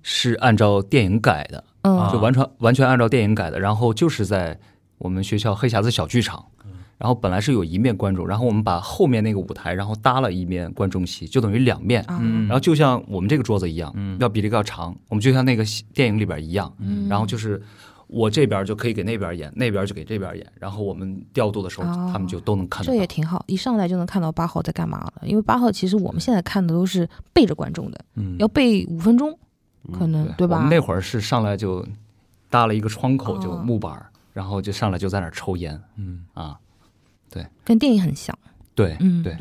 S4: 是按照电影改的，
S3: 嗯，
S2: 啊
S4: 就完全完全按照电影改的，然后就是在我们学校黑匣子小剧场，
S2: 嗯
S4: 然后本来是有一面观众，然后我们把后面那个舞台，然后搭了一面观众席，就等于两面，
S3: 啊，
S2: 嗯
S4: 然后就像我们这个桌子一样，要比这个要长，我们就像那个戏电影里边一样，
S2: 嗯
S4: 然后就是我这边就可以给那边演，那边就给这边演，然后我们调度的时候，
S3: 哦
S4: 他们就都能看
S3: 这
S4: 得
S3: 也
S4: 到。
S3: 挺好，一上来就能看到八号在干嘛了。因为八号其实我们现在看的都是背着观众的，
S2: 嗯
S3: 要背五分钟，可能、嗯对
S4: 嗯我
S3: 吧
S4: 们？那会儿是上来就搭了一个窗口，就
S3: 哦
S4: 木板儿，然后就上来就在那儿抽烟
S2: 嗯。
S4: 啊，
S3: 跟电影很像。
S4: 对
S3: 嗯
S4: 对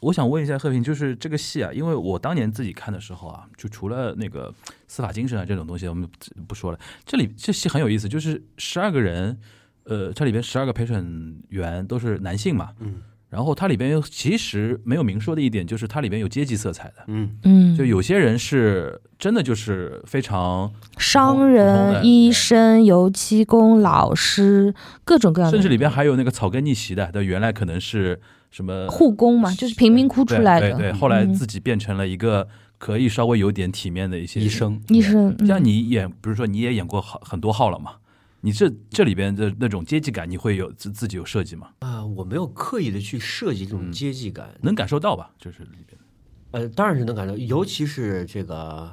S2: 我想问一下贺平，就是这个戏啊，因为我当年自己看的时候啊，就除了那个司法精神啊这种东西，我们不说了。这里这戏很有意思，就是十二个人，呃，这里边十二个陪审员都是男性嘛，
S1: 嗯
S2: 然后它里边有其实没有明说的一点，就是它里边有阶级色彩的，
S1: 嗯，
S3: 嗯，
S2: 就有些人是真的就是非常，
S3: 商
S2: 普通的
S3: 人、医生、油漆工、老师，各种各样的
S2: 甚
S3: 人，
S2: 至里边还有那个草根逆袭的，但原来可能是什么
S3: 护工嘛，就是贫民窟出来的，
S2: 对对对，后来
S3: 嗯
S2: 自己变成了一个可以稍微有点体面的一些
S4: 医。生，
S3: 医生，嗯
S2: 像你演，比如说你也演过很很多号了嘛，你这这里边的那种阶级感，你会有自自己有设计吗？
S1: 啊、我没有刻意的去设计这种阶级感，
S2: 能感受到吧？就是里边
S1: 呃，当然是能感到，尤其是这个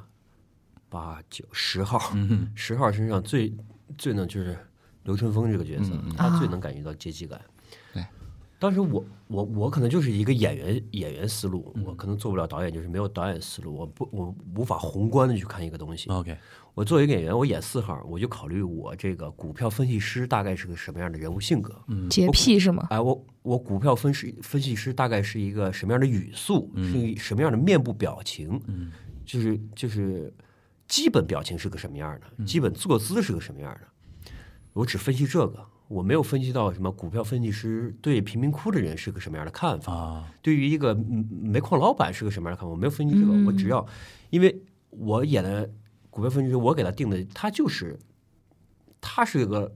S1: 八九十号，
S2: 嗯
S1: 十号身上最最能就是刘春风这个角色，他最能感觉到阶级感。
S4: 对
S1: 当时我我我可能就是一个演员演员思路，我可能做不了导演，就是没有导演思路，我不我无法宏观的去看一个东西。
S2: ，OK，
S1: 我作为一个演员，我演四号，我就考虑我这个股票分析师大概是个什么样的人物性格。
S3: 洁癖是吗？
S1: 哎，我我股票分析分析师大概是一个什么样的语速，是一什么样的面部表情，嗯，就是就是基本表情是个什么样的，基本坐姿是个什么样的，我只分析这个，我没有分析到什么股票分析师对贫民窟的人是个什么样的看法，
S2: 啊，
S1: 对于一个嗯煤矿老板是个什么样的看法，我没有分析这个，我只要因为我演的股票分析师，我给他定的，他就是他是一个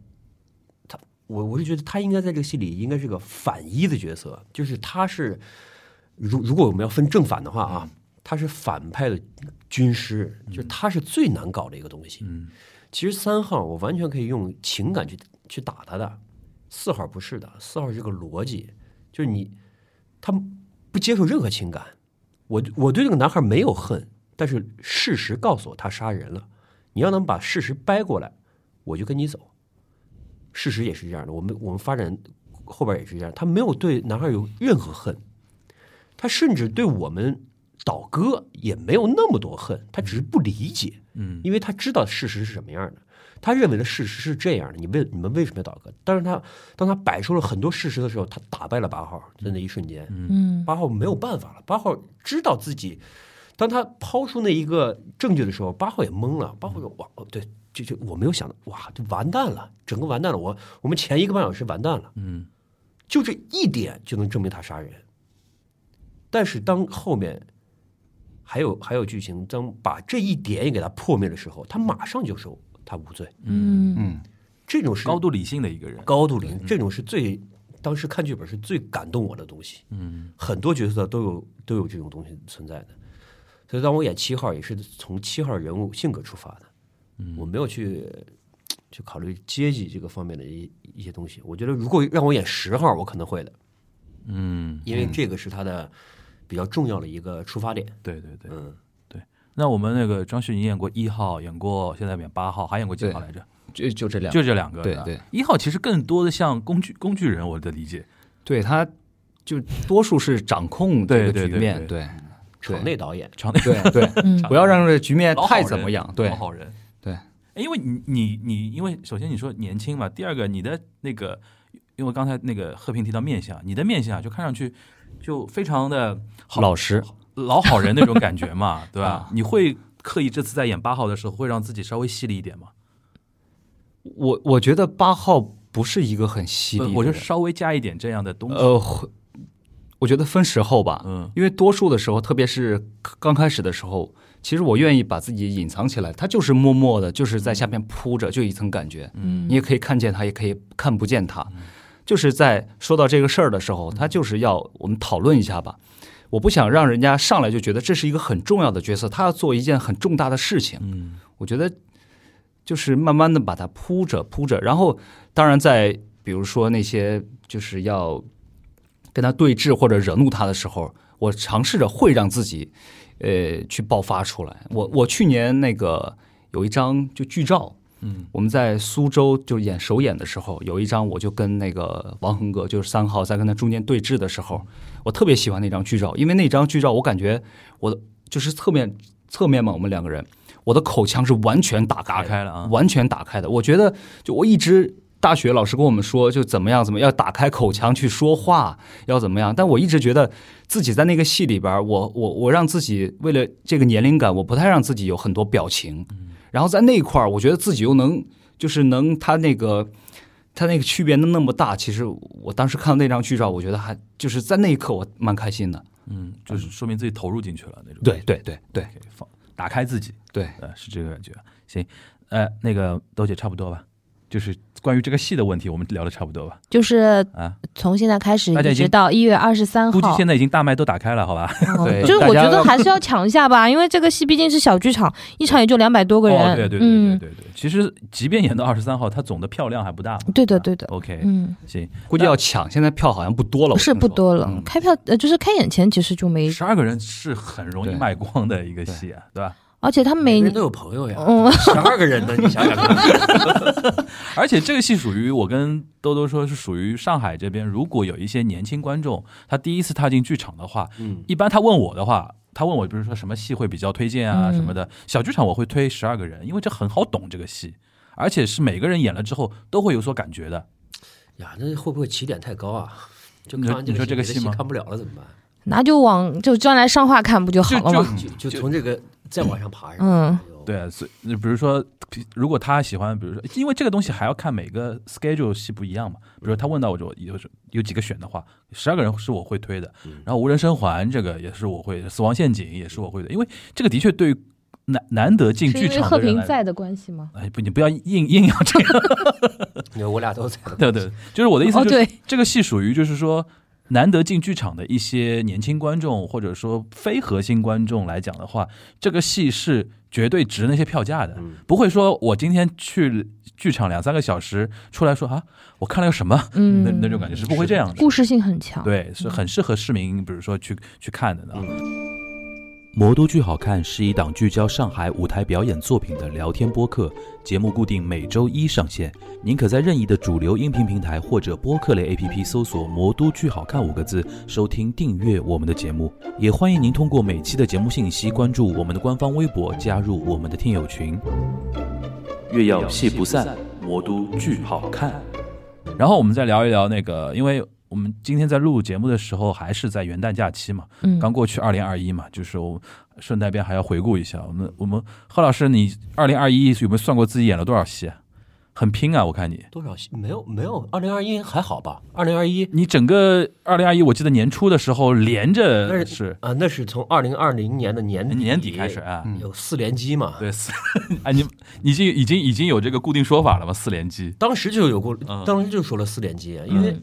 S1: 他，我我是觉得他应该在这个戏里应该是个反一的角色，就是他是如如果我们要分正反的话啊，他是反派的军师，就是他是最难搞的一个东西。
S2: 嗯，
S1: 其实三号我完全可以用情感去去打他的，四号不是的，四号是个逻辑，就是你他不接受任何情感。我我对这个男孩没有恨，但是事实告诉我他杀人了，你要能把事实掰过来，我就跟你走。事实也是这样的，我们我们发展后边也是这样，他没有对男孩有任何恨，他甚至对我们倒戈也没有那么多恨，他只是不理解，
S2: 嗯，
S1: 因为他知道事实是什么样的，他认为的事实是这样的，你为你们为什么要倒戈？但是他当他摆出了很多事实的时候，他打败了八号，在那一瞬间，
S3: 嗯，
S1: 八号没有办法了，八号知道自己，当他抛出那一个证据的时候，八号也懵了，八号说：“哇，哦对，这这我没有想到，哇，就完蛋了，整个完蛋了，我我们前一个半小时完蛋了，
S2: 嗯，
S1: 就这一点就能证明他杀人。”但是当后面还有还有剧情，当把这一点也给他破灭的时候，他马上就说他无罪，
S3: 嗯，
S4: 嗯，
S1: 这种是
S2: 高度理性的一个人，
S1: 高度零，这种是最当时看剧本是最感动我的东西。嗯，很多角色都有都有这种东西存在的，所以当我演七号也是从七号人物性格出发的，嗯、我没有去去考虑阶级这个方面的一一些东西。我觉得如果让我演十号，我可能会的，
S2: 嗯，
S1: 因为这个是他的比较重要的一个出发点。
S2: 对对对。
S1: 嗯，
S2: 那我们那个张旭，你演过一号，演过现在演八号，还演过几号来着？
S4: 就就这两
S2: 就这两个。
S4: 对
S2: 吧
S4: 对，
S2: 一号其实更多的像工具工具人，我的理
S4: [LAUGHS]
S2: 解。
S4: 对，他就多数是掌控这
S2: 对
S4: 个
S2: 对
S4: 局
S2: 对
S4: 面，
S2: 对
S4: 对
S1: 场内导演
S2: 常
S4: 对对，
S3: 嗯
S4: 不要让这局面
S2: [LAUGHS] 老好
S4: 太
S2: 人
S4: 怎么样，对
S2: 老好人。
S4: 对
S2: 哎，因为你你你，因为首先你说年轻嘛，第二个你的那个，因为刚才那个贺平提到面相，你的面相就看上去就非常的好
S4: 老实，
S2: 老好人那种感觉
S4: [LAUGHS]
S2: 嘛，对吧
S4: 啊？
S2: 你会刻意这次在演八号的时候，会让自己稍微犀利一点吗？
S4: 我我觉得八号不是一个很犀利的
S2: 不
S4: 人，
S2: 我就稍微加一点这样的东西。
S4: 呃，会我觉得分时候吧，
S2: 嗯
S4: 因为多数的时候，特别是刚开始的时候，其实我愿意把自己隐藏起来，他就是默默的，就是在下面铺着，就一层感觉，
S3: 嗯
S4: 你也可以看见他，也可以看不见他，就是在说到这个事儿的时候，他就是要我们讨论一下吧。我不想让人家上来就觉得这是一个很重要的角色，他要做一件很重大的事情。
S2: 嗯
S4: 我觉得就是慢慢的把它铺着铺着，然后当然在比如说那些就是要跟他对峙或者惹怒他的时候，我尝试着会让自己呃去爆发出来。我我去年那个有一张就剧照。
S2: 嗯，
S4: 我们在苏州就是演首演的时候，有一张我就跟那个王恒哥，就是三号在跟他中间对峙的时候，我特别喜欢那张剧照，因为那张剧照我感觉我的就是侧面侧面嘛，我们两个人，我的口腔是完全打开
S2: 打
S4: 的
S2: 开了啊，
S4: 完全打开的。我觉得，就我一直大学老师跟我们说，就怎么样怎么样，要打开口腔去说话，要怎么样。但我一直觉得自己在那个戏里边儿，我我我让自己为了这个年龄感，我不太让自己有很多表情。
S2: 嗯
S4: 然后在那一块儿，我觉得自己又能就是能他那个。他那个区别那么大，其实我当时看到那张剧照，我觉得还就是在那一刻我蛮开心的。
S2: 嗯，就是说明自己投入进去了那种。
S4: 对对对对
S2: 可以放打开自己，
S4: 对，
S2: 呃，是这个感觉。行，呃，那个豆姐差不多吧，就是关于这个戏的问题，我们聊的差不多吧？
S3: 就是
S2: 啊，
S3: 从现在开始
S2: 大家已
S3: 一
S2: 经
S3: 直到一月二十三
S2: 估计
S3: 号，
S2: 现在已经大麦都打开了，好
S3: [LAUGHS]
S2: 吧？
S3: 嗯
S4: 对
S3: 就是
S4: 大
S3: 我
S4: 家
S3: 觉得
S4: 要
S3: 还是要抢一下吧，因为这个戏毕竟是小剧场，一场也就两百多个人，
S2: 哦，对对对对对
S3: 嗯，
S2: 对对，其实即便演到二十三号，它总的票量还不大嘛。
S3: 对的对的，
S2: 啊 OK，
S3: 嗯，
S2: 行，
S4: 估计要抢，现在票好像不多了。我
S3: 是
S4: 听
S3: 不
S4: 说
S3: 多了，
S4: 嗯
S3: 开票呃就是开演前其实就没，
S2: 十二个人是很容易
S4: 对
S2: 卖光的一个戏啊，对吧？
S3: 而且他每
S1: 每个人都有朋
S3: [LAUGHS]
S1: 友呀，
S3: 嗯
S1: 十二个人呢，你想想看，
S2: 而且这个戏属于我跟兜兜说是属于上海这边，如果有一些年轻观众，他第一次踏进剧场的话，
S1: 嗯，
S2: 一般他问我的话，他问我比如说什么戏会比较推荐啊
S3: 嗯
S2: 什么的，小剧场我会推十二个人，因为这很好懂这个戏，而且是每个人演了之后都会有所感觉的。
S1: 呀，那会不会起点太高啊？就
S2: 你
S1: 看
S2: 说
S1: 完
S2: 你说这个
S1: 戏
S2: 戏
S1: 别的
S2: 吗
S1: 看不了了怎么办？
S3: 那就往就将来上画看不就好了吗？
S1: 就就从这个再往上爬是吧？
S3: 嗯
S1: 哎呦，
S2: 嗯对，所以比如说，如果他喜欢，比如说，因为这个东西还要看每个 schedule 戏不一样嘛。比如说他问到我，就有有几个选的话，十二个人是我会推的。然后无人生还这个也是我会，死亡陷阱也是我会的，因为这个的确对于难难得进
S3: 是
S2: 剧
S3: 因为
S2: 场
S3: 贺
S2: 的人
S3: 平
S2: 来。
S3: 在的关系吗？
S2: 哎，不，你不要硬硬要这样。
S1: 你看我俩都在。
S2: [LAUGHS] 对
S3: [LAUGHS]
S2: 对，就是我的意思、
S3: 哦
S2: 就是，
S3: 对
S2: 这个戏属于就是说。难得进剧场的一些年轻观众，或者说非核心观众来讲的话，这个戏是绝对值那些票价的。
S1: 嗯
S2: 不会说我今天去剧场两三个小时出来说啊，我看了个什么，
S3: 嗯
S2: 那那种感觉是不会这样的。
S3: 故事性很强，
S2: 对，是很适合市民，比如说去去看的呢。
S5: 《魔都剧好看》是一档聚焦上海舞台表演作品的聊天播客，节目固定每周一上线。您可在任意的主流音频平台或者播客类 APP 搜索“魔都剧好看”五个字，收听订阅我们的节目。也欢迎您通过每期的节目信息关注我们的官方微博，加入我们的听友群。月要戏不散，魔都剧好看。
S2: 然后我们再聊一聊那个，因为我们今天在录节目的时候还是在元旦假期嘛，
S3: 嗯，
S2: 刚过去二零二一嘛，就是我顺带边还要回顾一下，我们我们贺老师，你二零二一有没有算过自己演了多少戏啊？很拼啊，我看你。
S1: 多少戏？没有没有，二零二一还好吧？二零二一
S2: 你整个二零二一，我记得年初的时候连着
S1: 那
S2: 是
S1: 啊，那是从二零二零年的年底
S2: 哎年底开始啊，
S1: 有四连击嘛？
S2: 对四 [LAUGHS] 啊，你已经已经已经有这个固定说法了吗？四连击
S1: 当时就有过
S2: 嗯，
S1: 当时就说了四连击，啊因为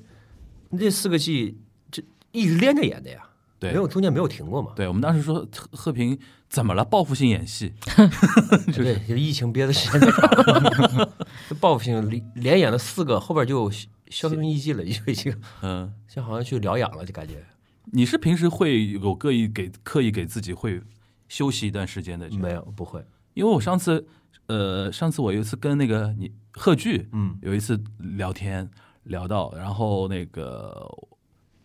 S1: 这四个戏这一直连着演的呀，
S2: 对
S1: 没有中间没有停过嘛。
S2: 对我们当时说贺贺平怎么了？报复性演戏，
S1: 哎对，就疫情憋的时间太长了，这报复性连连演了四个，后边就销销声匿迹了，就已经
S2: 嗯，
S1: 就好像去疗养了，就感觉
S2: 你是平时会有刻意给刻意给自己会休息一段时间的这种，
S1: 没有不会， [LAUGHS]
S2: 因为我上次呃上次我有一次跟那个你贺剧
S1: 嗯
S2: 有一次聊天聊到，然后那个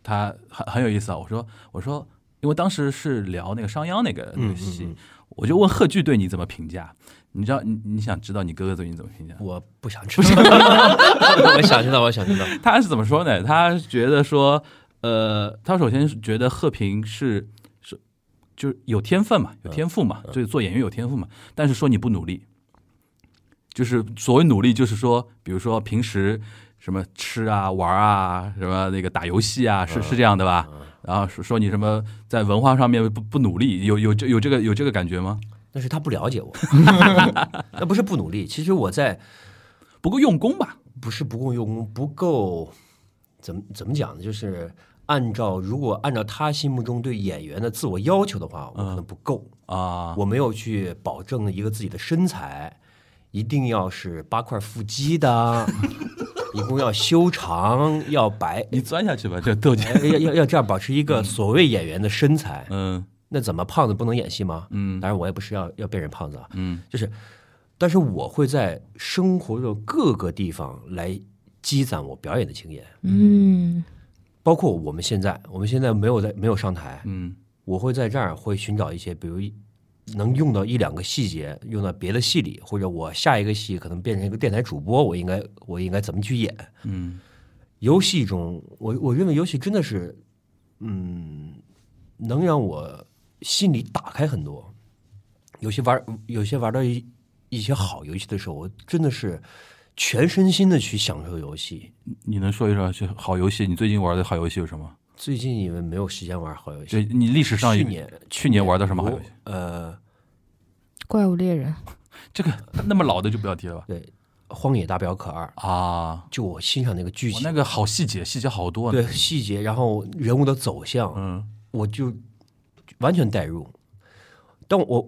S2: 他很很有意思啊，我说我说。因为当时是聊那个商鞅那个那
S1: 嗯
S2: 个戏，
S1: 嗯，
S2: 我就问贺剧对你怎么评价？你知道你你想知道你哥哥对你怎么评价？
S1: 我不想知道，我想知道，我想知道，
S2: 他是怎么说呢？他觉得说，呃，他首先是觉得贺平是是就是有天分嘛，有天赋嘛，就是做演员有天赋嘛，但是说你不努力，就是所谓努力，就是说，比如说平时什么吃啊、玩啊，什么那个打游戏啊，是是这样的吧？然后说说你什么在文化上面不不努力，有有这有这个有这个感觉吗？
S1: 那是他不了解我， [LAUGHS] 那不是不努力，其实我在
S2: 不够用功吧？
S1: 不是不够用功，不够怎么怎么讲呢？就是按照如果按照他心目中对演员的自我要求的话，我可能不够，
S2: 啊，
S1: 我没有去保证一个自己的身材，一定要是八块腹肌
S2: [LAUGHS]
S1: 的，一共要修长，要白，
S2: 你钻下去吧，这豆姐。
S1: 哎要要要这样保持一个所谓演员的身材。
S2: 嗯
S1: 那怎么胖子不能演戏吗？
S2: 嗯
S1: 当然我也不是要要变成胖子啊，
S2: 嗯
S1: 就是，但是我会在生活的各个地方来积攒我表演的经验，
S3: 嗯
S1: 包括我们现在，我们现在没有在没有上台，
S2: 嗯
S1: 我会在这儿会寻找一些，比如一能用到一两个细节，用到别的戏里，或者我下一个戏可能变成一个电台主播，我应该我应该怎么去演？
S2: 嗯
S1: 游戏中，我我认为游戏真的是，嗯，能让我心里打开很多。有些玩有些玩到一一些好游戏的时候，我真的是全身心的去享受游戏。
S2: 你能说一说这好游戏？你最近玩的好游戏有什么？
S1: 最近因为没有时间玩好游
S2: 就
S1: 戏，
S2: 你历史上
S1: 去
S2: 有
S1: 年
S2: 去年玩的什么好游戏？
S1: 呃，
S3: 怪物猎人
S2: [LAUGHS] 这个那么老的就不要提了吧。
S1: 对， 《荒野大镖客二》， [LAUGHS]
S2: 啊，
S1: 就我欣赏那个剧
S2: 哇
S1: 情，
S2: 那个好细节，细节好多呢。
S1: 对细节，然后人物的走向，
S2: 嗯，
S1: 我就完全代入。当我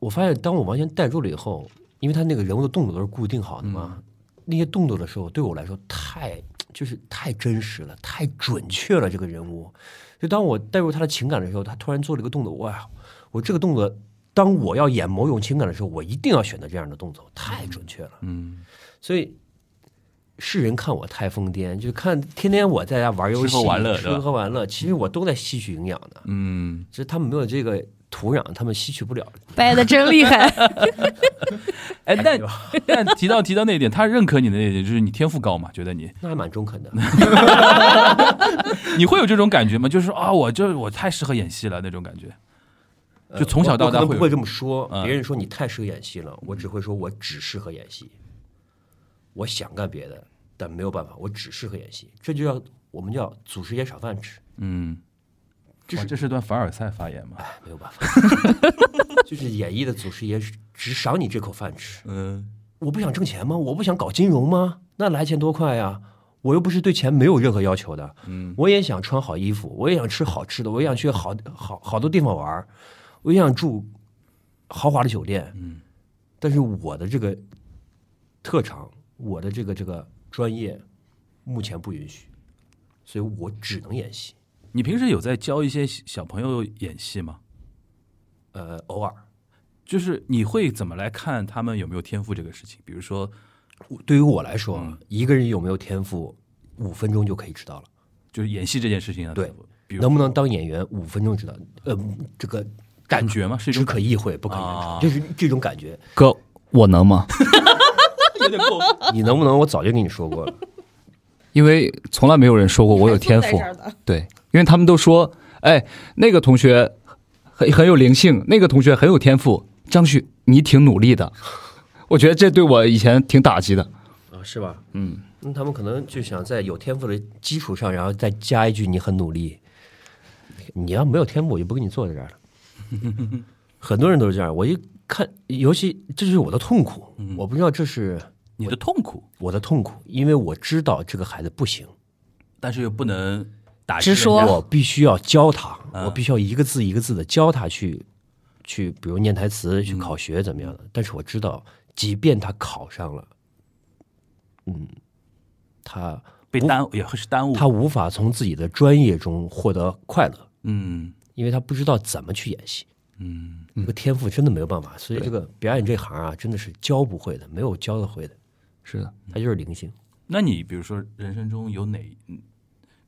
S1: 我发现，当我完全代入了以后，因为他那个人物的动作都是固定好的
S2: 嗯
S1: 嘛，那些动作的时候，对我来说太就是太真实了，太准确了。这个人物，就当我带入他的情感的时候，他突然做了一个动作，哇！我这个动作，当我要演某种情感的时候，我一定要选择这样的动作，太准确了。
S2: 嗯，
S1: 所以世人看我太疯癫，就看天天我在家玩游戏、
S2: 吃喝玩乐
S1: 吃
S2: 对吧
S1: 喝玩乐，其实我都在吸取营养的，
S2: 嗯，
S1: 只是他们没有这个土壤，他们吸取不了。
S3: 掰的真厉害。
S2: 哎，但
S1: 对
S2: 但提到提到那一点，他认可你的那一点就是你天赋高嘛，觉得你
S1: 那还蛮中肯的。
S2: 你会有这种感觉吗？就是说啊，我就我太适合演戏了那种感觉。
S1: 呃
S2: [LAUGHS] 就从小到大
S1: 我我可能
S2: 会有
S1: 不会这么说，
S2: 嗯
S1: 别人说你太适合演戏了，我只会说我只适合演戏，我想干别的，但没有办法，我只适合演戏。这就叫我们叫祖师爷赏饭吃，
S2: 嗯，
S1: 这
S2: 哇
S1: 是
S2: 这是段凡尔赛发言嘛？
S1: 哎，没有办
S2: [LAUGHS]
S1: 法，就是演绎的祖师爷只只赏你这口饭吃。
S2: 嗯
S1: 我不想挣钱吗？我不想搞金融吗？那来钱多快呀！我又不是对钱没有任何要求的，
S2: 嗯
S1: 我也想穿好衣服，我也想吃好吃的，我也想去好好好多地方玩儿，我也想住豪华的酒店。
S2: 嗯
S1: 但是我的这个特长，我的这个这个专业，目前不允许，所以我只能演戏。
S2: 你平时有在教一些小朋友演戏吗？
S1: 呃，偶尔
S2: 就是你会怎么来看他们有没有天赋这个事情？比如说，
S1: 对于我来说，
S2: 嗯
S1: 一个人有没有天赋，五分钟就可以知道了。
S2: 就是演戏这件事情啊，
S1: 对，
S2: 比如
S1: 能不能当演员，五分钟知道。呃，这个
S2: 感觉吗？是一
S1: 只
S2: 种
S1: 可意会不可言传，
S2: 啊
S1: 就是这种感觉。
S4: 哥，我能吗？ [LAUGHS]
S1: 你能不能？我早就跟你说过了。
S4: 因为从来没有人说过我有天赋，
S2: [LAUGHS]
S4: 对，因为他们都说，哎，那个同学很很有灵性，那个同学很有天赋，张旭你挺努力的，我觉得这对我以前挺打击的。
S1: [LAUGHS] 啊，是吧？嗯，那他们可能就想在有天赋的基础上，然后再加一句“你很努力”。你要没有天赋，我就不跟你坐在这儿
S2: [LAUGHS]
S1: 了。很多人都是这样，我一看，尤其这就是我的痛苦。
S2: 嗯
S1: 我不知道这是
S2: 你的痛苦，
S1: 我的痛苦，因为我知道这个孩子不行，
S2: 但是又不能打击
S3: 直
S2: 人家
S3: 说
S1: 嗯我必须要教他，
S2: 嗯
S1: 我必须要一个字一个字的教他去去，比如念台词、去考学怎么样的。
S2: 嗯
S1: 但是我知道，即便他考上了，嗯，他
S2: 被耽误也会是耽误。
S1: 他无法从自己的专业中获得快乐，
S2: 嗯
S1: 因为他不知道怎么去演戏。
S2: 嗯，
S1: 这个天赋真的没有办法，所以这个表演这行啊，真的是教不会的，没有教的会
S2: 嗯
S1: 的，
S4: 是的，
S1: 他就是灵性。
S2: 那你比如说人生中有哪，嗯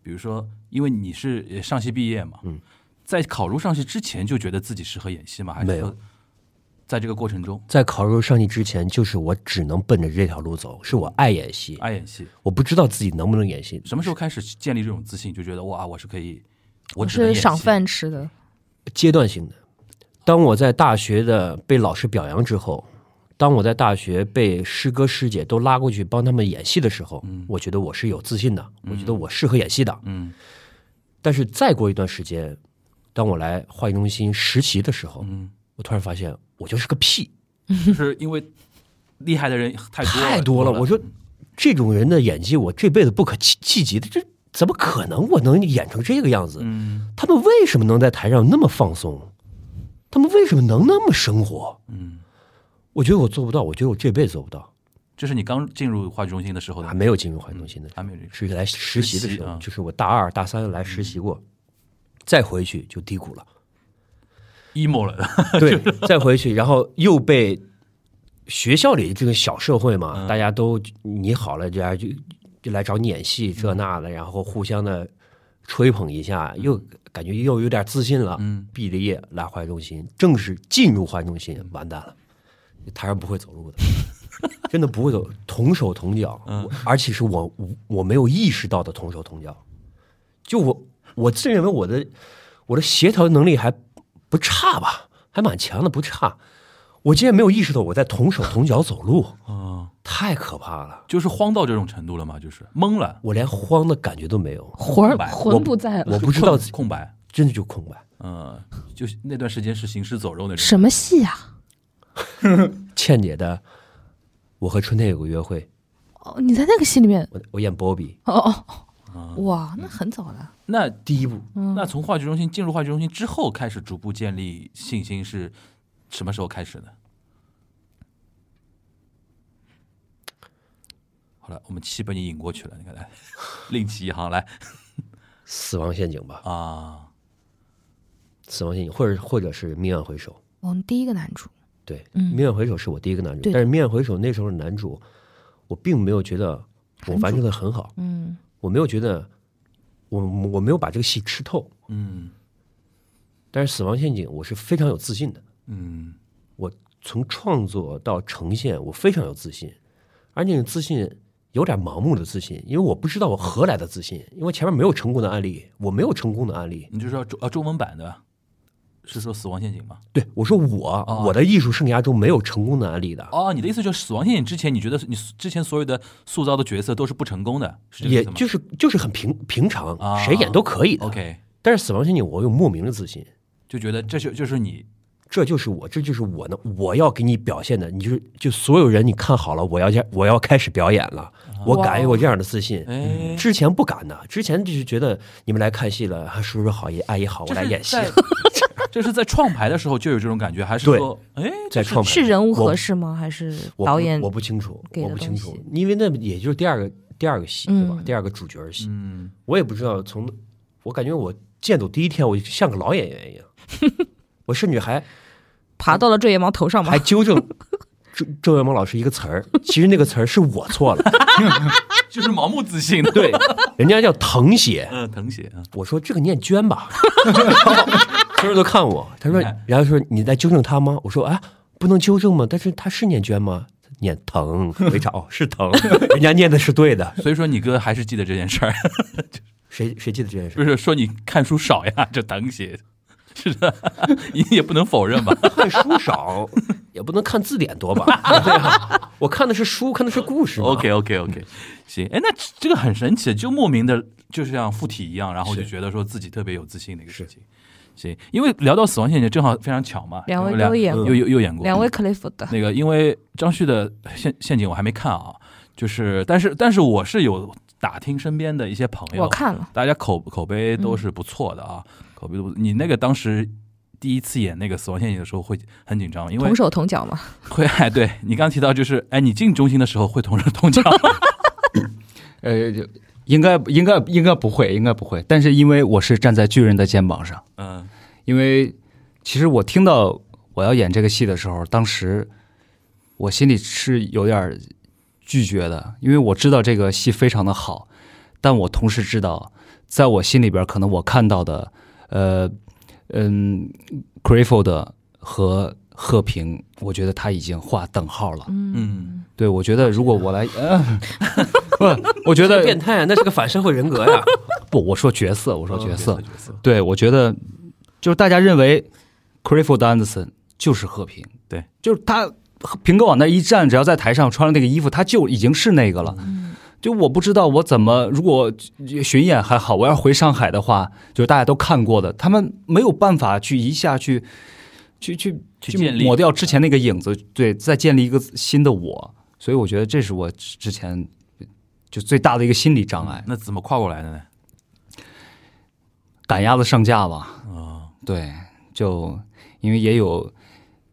S2: 比如说，因为你是呃上戏毕业嘛，
S1: 嗯，
S2: 在考入上戏之前就觉得自己适合演戏吗？还是
S1: 没有
S2: 说在这个过程中
S1: 在考入上戏之前，就是我只能奔着这条路走，是我爱演戏，
S2: 爱演戏，
S1: 我不知道自己能不能演戏。
S2: 什么时候开始建立这种自信，就觉得哇，我是可以，我只能
S3: 是
S2: 演戏
S3: 赏，饭吃的，
S1: 阶段性的。当我在大学的被老师表扬之后，当我在大学被师哥师姐都拉过去帮他们演戏的时候，我觉得我是有自信的，我觉得我适合演戏的。
S2: 嗯
S1: 但是再过一段时间，当我来话剧中心实习的时候，
S2: 嗯，
S1: 我突然发现我就是个屁，
S2: 就是因为厉害的人太多
S1: 太多了。
S2: 了，
S1: 我说这种人的演技，我这辈子不可企企及的，这怎么可能我能演成这个样子？
S2: 嗯
S1: 他们为什么能在台上那么放松？他们为什么能那么生活？
S2: 嗯，
S1: 我觉得我做不到，我觉得我这辈子做不到。
S2: 这是你刚进入话剧中心的时候的
S1: 还没有进入话剧中心的时候，
S2: 还没有这个，
S1: 是来实习的
S2: 实习
S1: 时候
S2: 啊，嗯
S1: 就是我大二、大三来实习过，再回去就低谷了。
S2: emo 了，
S1: 对，再回去，然后又被学校里这个小社会嘛，大家都你好了，这样就就来找你演戏这那的，然后互相的吹捧一下，又感觉又有点自信了。
S2: 嗯，
S1: 毕了业来化学中心，正式进入化学中心，完蛋了，台上不会走路的。 [LAUGHS] 真的不会走，同手同脚，我而且是我我我没有意识到的同手同脚，就我我自认为我的我的协调能力还不差吧，还蛮强的，不差。我竟然没有意识到我在同手同脚走路，
S2: 啊，
S1: 太可怕了！
S2: 就是慌到这种程度了嘛，就是懵了，
S1: 我连慌的感觉都没有，
S3: 魂儿
S2: 空白
S3: 魂不在了。
S1: 我不知道
S2: 空
S1: 自己
S2: 空白，
S1: 真的就空白。
S2: 嗯，就是那段时间是行尸走肉那种，
S3: 什么戏啊？
S1: 倩姐的《我和春天有个约会》
S3: 哦，你在那个戏里面，
S1: 我我演波比，
S3: 哦哦，
S2: 啊
S3: 哦哇，那很早了。
S2: 那
S1: 第一部
S2: 那从话剧中心进入话剧中心之后，开始逐步建立信心是什么时候开始的？好了，我们气被你引过去了，你看来，另起一行来
S1: 《死亡陷阱》吧，
S2: 啊，
S1: 《死亡陷阱》或者或者是《命案回首》。
S3: 我们第一个男主，
S1: 对，
S3: 嗯
S1: 命案回首》是我第一个男主，
S3: 对的
S1: 但是《命案回首》那时候的男主，我并没有觉得我完成的很好，
S3: 嗯，
S1: 我没有觉得我我没有把这个戏吃透，
S2: 嗯
S1: 但是《死亡陷阱》我是非常有自信的，
S2: 嗯
S1: 我从创作到呈现，我非常有自信，而那种自信有点盲目的自信，因为我不知道我何来的自信，因为前面没有成功的案例，我没有成功的案例。
S2: 你就说中啊中文版的，是说《死亡陷阱》吗？
S1: 对我说我、
S2: 哦
S1: 我的艺术生涯中没有成功的案例的，
S2: 哦，你的意思就是《死亡陷阱》之前，你觉得你之前所有的塑造的角色都是不成功的，是这个意
S1: 也
S2: 思吗？
S1: 就是就是很平平常
S2: 啊，
S1: 谁演都可以的。
S2: OK，
S1: 但是《死亡陷阱》我有莫名的自信，
S2: 就觉得这就就是你
S1: 这就是我，这就是我呢，我要给你表现的，你就是就所有人你看好了，我要这我要开始表演了，我敢有这样的自信。
S2: 啊哎，
S1: 之前不敢的，之前就是觉得你们来看戏了，啊叔叔好，爷阿姨好，我
S2: 这
S1: 来
S2: 是
S1: 演戏
S2: 在
S1: 了。
S2: [LAUGHS] 这是在创牌的时候就有这种感觉，还是
S1: 对
S2: 说，哎，
S1: 在创牌
S3: 是人物
S1: 我
S3: 合适吗？还是
S1: 我不
S3: 导演
S1: 我不清楚，
S3: 给的
S1: 我不清楚
S3: 东西，
S1: 因为那也就是第二个第二个戏对吧？
S3: 嗯
S1: 第二个主角戏，
S2: 嗯，
S1: 我也不知道从，我感觉我见到第一天我就像个老演员一
S3: [LAUGHS]
S1: 样，我甚至还
S3: 爬到了坠叶猫头上吗
S1: 还？纠正周周元萌老师一个词儿，其实那个词儿是我错了，
S2: 就是盲目自 [LAUGHS] 信的，
S1: 对，人家叫誊写，
S2: 嗯，誊写，嗯
S1: 我说这个念娟吧， [LAUGHS] 所有人都看我，他说
S2: 你看，
S1: 然后说你在纠正他吗？我说啊，不能纠正吗？但是他是念娟吗？念疼，没查哦，是疼，人家念的是对的，
S2: 所以说你哥还是记得这件事儿， [LAUGHS]
S1: 谁谁记得这件事
S2: 不？是说你看书少呀，这誊写。 [LAUGHS] 是的，你也不能否 [LAUGHS] 认吧？
S1: 看书少，也不能看字典多吧？ [LAUGHS] 对啊，我看的是书，看的是故事嘛。
S2: OK OK OK，行，哎，那这个很神奇，就莫名的，就是像附体一样，然后就是觉得说自己特别有自信的一个事情。行，因为聊到死亡陷阱，正好非常巧嘛，
S3: 两位
S2: 因为
S3: 都演过
S2: 又又又演过，
S3: 两位克雷夫 [LAUGHS] 的，
S2: 那个，因为张旭的陷陷阱我还没看啊，就是，但是但是我是有打听身边的一些朋
S3: 我
S2: 友，
S3: 看嗯了，
S2: 大家口口碑都是不错的啊，口碑都不。你那个当时第一次演那个死亡陷阱的时候会很紧张吗，因为
S3: 同手同脚嘛。
S2: 会 [LAUGHS] 哎，对你刚提到就是哎，你进中心的时候会同时
S3: [LAUGHS]
S2: 同脚
S4: 呃，就应该应该应该不会，应该不会。但是因为我是站在巨人的肩膀上，
S2: 嗯
S4: 因为其实我听到我要演这个戏的时候，当时我心里是有点儿拒绝的，因为我知道这个戏非常的好，但我同时知道，在我心里边儿可能我看到的，呃，嗯 g r a t f u l 的和贺平，我觉得他已经划等号了。
S2: 嗯，
S4: 对，我觉得如果我来，呃、 [LAUGHS] 不，我觉得
S1: [LAUGHS] 变态啊，那是个反社会人格呀、
S4: 不，我说角色，我说角色，
S2: 哦角色，
S4: 对我觉得就是大家认为 c r i f o r d Anderson 就是和平，
S2: 对，
S4: 就是他平哥往那一站，只要在台上穿了那个衣服，他就已经是那个了。
S2: 嗯
S4: 就我不知道我怎么，如果巡演还好，我要回上海的话，就是大家都看过的，他们没有办法去一下去去去
S2: 去建立嗯
S4: 抹掉之前那个影子，对，再建立一个新的我。所以我觉得这是我之前就最大的一个心理障碍，
S2: 那怎么跨过来的呢？
S4: 赶鸭子上架吧。
S2: 啊，
S4: 对，就因为也有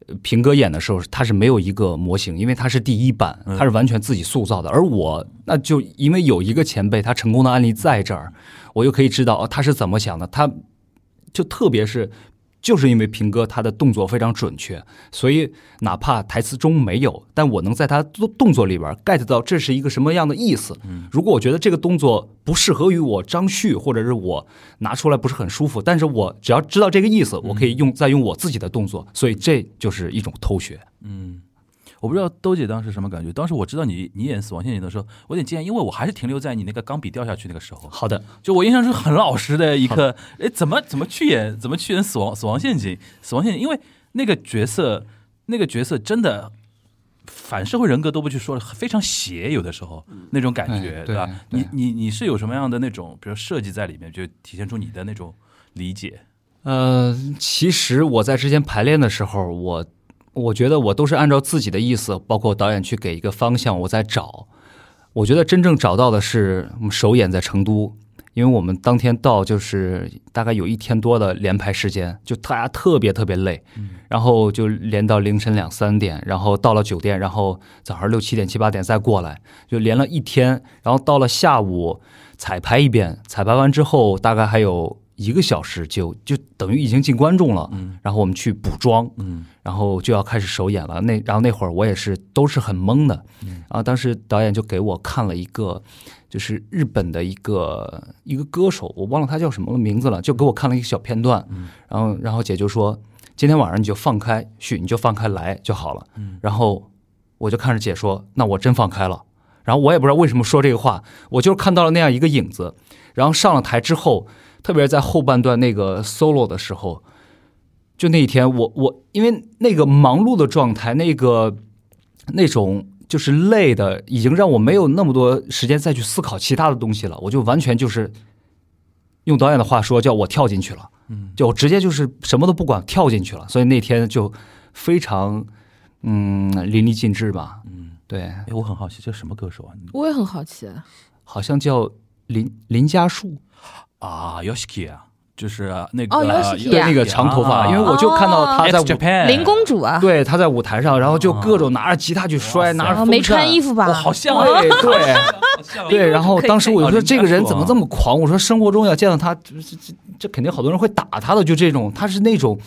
S4: 呃平哥演的时候，他是没有一个模型，因为他是第一版，
S2: 嗯
S4: 他是完全自己塑造的。而我那就因为有一个前辈，他成功的案例在这儿，我就可以知道哦他是怎么想的。他就特别是。就是因为平哥他的动作非常准确，所以哪怕台词中没有，但我能在他动动作里边 get 到这是一个什么样的意思。如果我觉得这个动作不适合于我张旭，或者是我拿出来不是很舒服，但是我只要知道这个意思，我可以用再用我自己的动作，所以这就是一种偷学。
S2: 嗯，我不知道兜姐当时什么感觉。当时我知道你你演《死亡陷阱》的时候，我有点惊讶，因为我还是停留在你那个钢笔掉下去那个时候。
S4: 好的，
S2: 就我印象是很老实的一个，哎，怎么怎么去演，怎么去演死亡死亡陷阱，死亡陷阱，因为那个角色，那个角色真的反社会人格都不去说了，非常邪，有的时候那种感觉，
S4: 哎
S2: 对吧？
S4: 对
S2: 你你你是有什么样的那种，比如设计在里面，就体现出你的那种理解，
S4: 呃，其实我在之前排练的时候，我我觉得我都是按照自己的意思，包括导演去给一个方向，我在找。我觉得真正找到的是我们首演在成都，因为我们当天到就是大概有一天多的连排时间，就大家特别特别累，然后就连到凌晨两三点，然后到了酒店，然后早上六七点七八点再过来，就连了一天，然后到了下午彩排一遍，彩排完之后大概还有一个小时就就等于已经进观众了，
S2: 嗯
S4: 然后我们去补妆，
S2: 嗯
S4: 然后就要开始首演了。那然后那会儿我也是都是很懵的，然后当时导演就给我看了一个，就是日本的一个一个歌手，我忘了他叫什么名字了，就给我看了一个小片段。然后然后姐就说：“今天晚上你就放开，许你就放开来就好了。”然后我就看着姐说：“那我真放开了。”然后我也不知道为什么说这个话，我就是看到了那样一个影子。然后上了台之后，特别是在后半段那个 solo 的时候，就那一天我，我因为那个忙碌的状态，那个那种就是累的，已经让我没有那么多时间再去思考其他的东西了。我就完全就是用导演的话说，叫我跳进去了，嗯，就我直接就是什么都不管跳进去了。所以那天就非常嗯淋漓尽致吧，
S2: 嗯，
S4: 对，
S2: 哎，我很好奇，这什么歌手啊？
S3: 我也很好奇，
S4: 好像叫林林家树，
S2: 啊，Yoshiki 啊，
S6: 就是啊那
S3: 哦
S6: 个
S3: ，Yoshiki
S4: 对那个长头发，
S2: 啊
S4: 因为我就看到他在
S2: X
S4: 舞
S2: Japan
S3: 林公主啊，
S4: 对，他在舞台上，然后就各种拿着吉他去摔，
S2: 哇塞
S4: 拿着
S3: 啊
S4: 风
S3: 没
S4: 扇
S3: 穿衣服吧？
S2: 哇好像啊，
S4: 对对对，然后
S3: 可以
S4: 当时
S3: 可以
S4: 我就说
S2: 啊
S4: 这个人怎么这么狂？我说生活中要见到他，这这这这肯定好多人会打他的，就这种，他是那种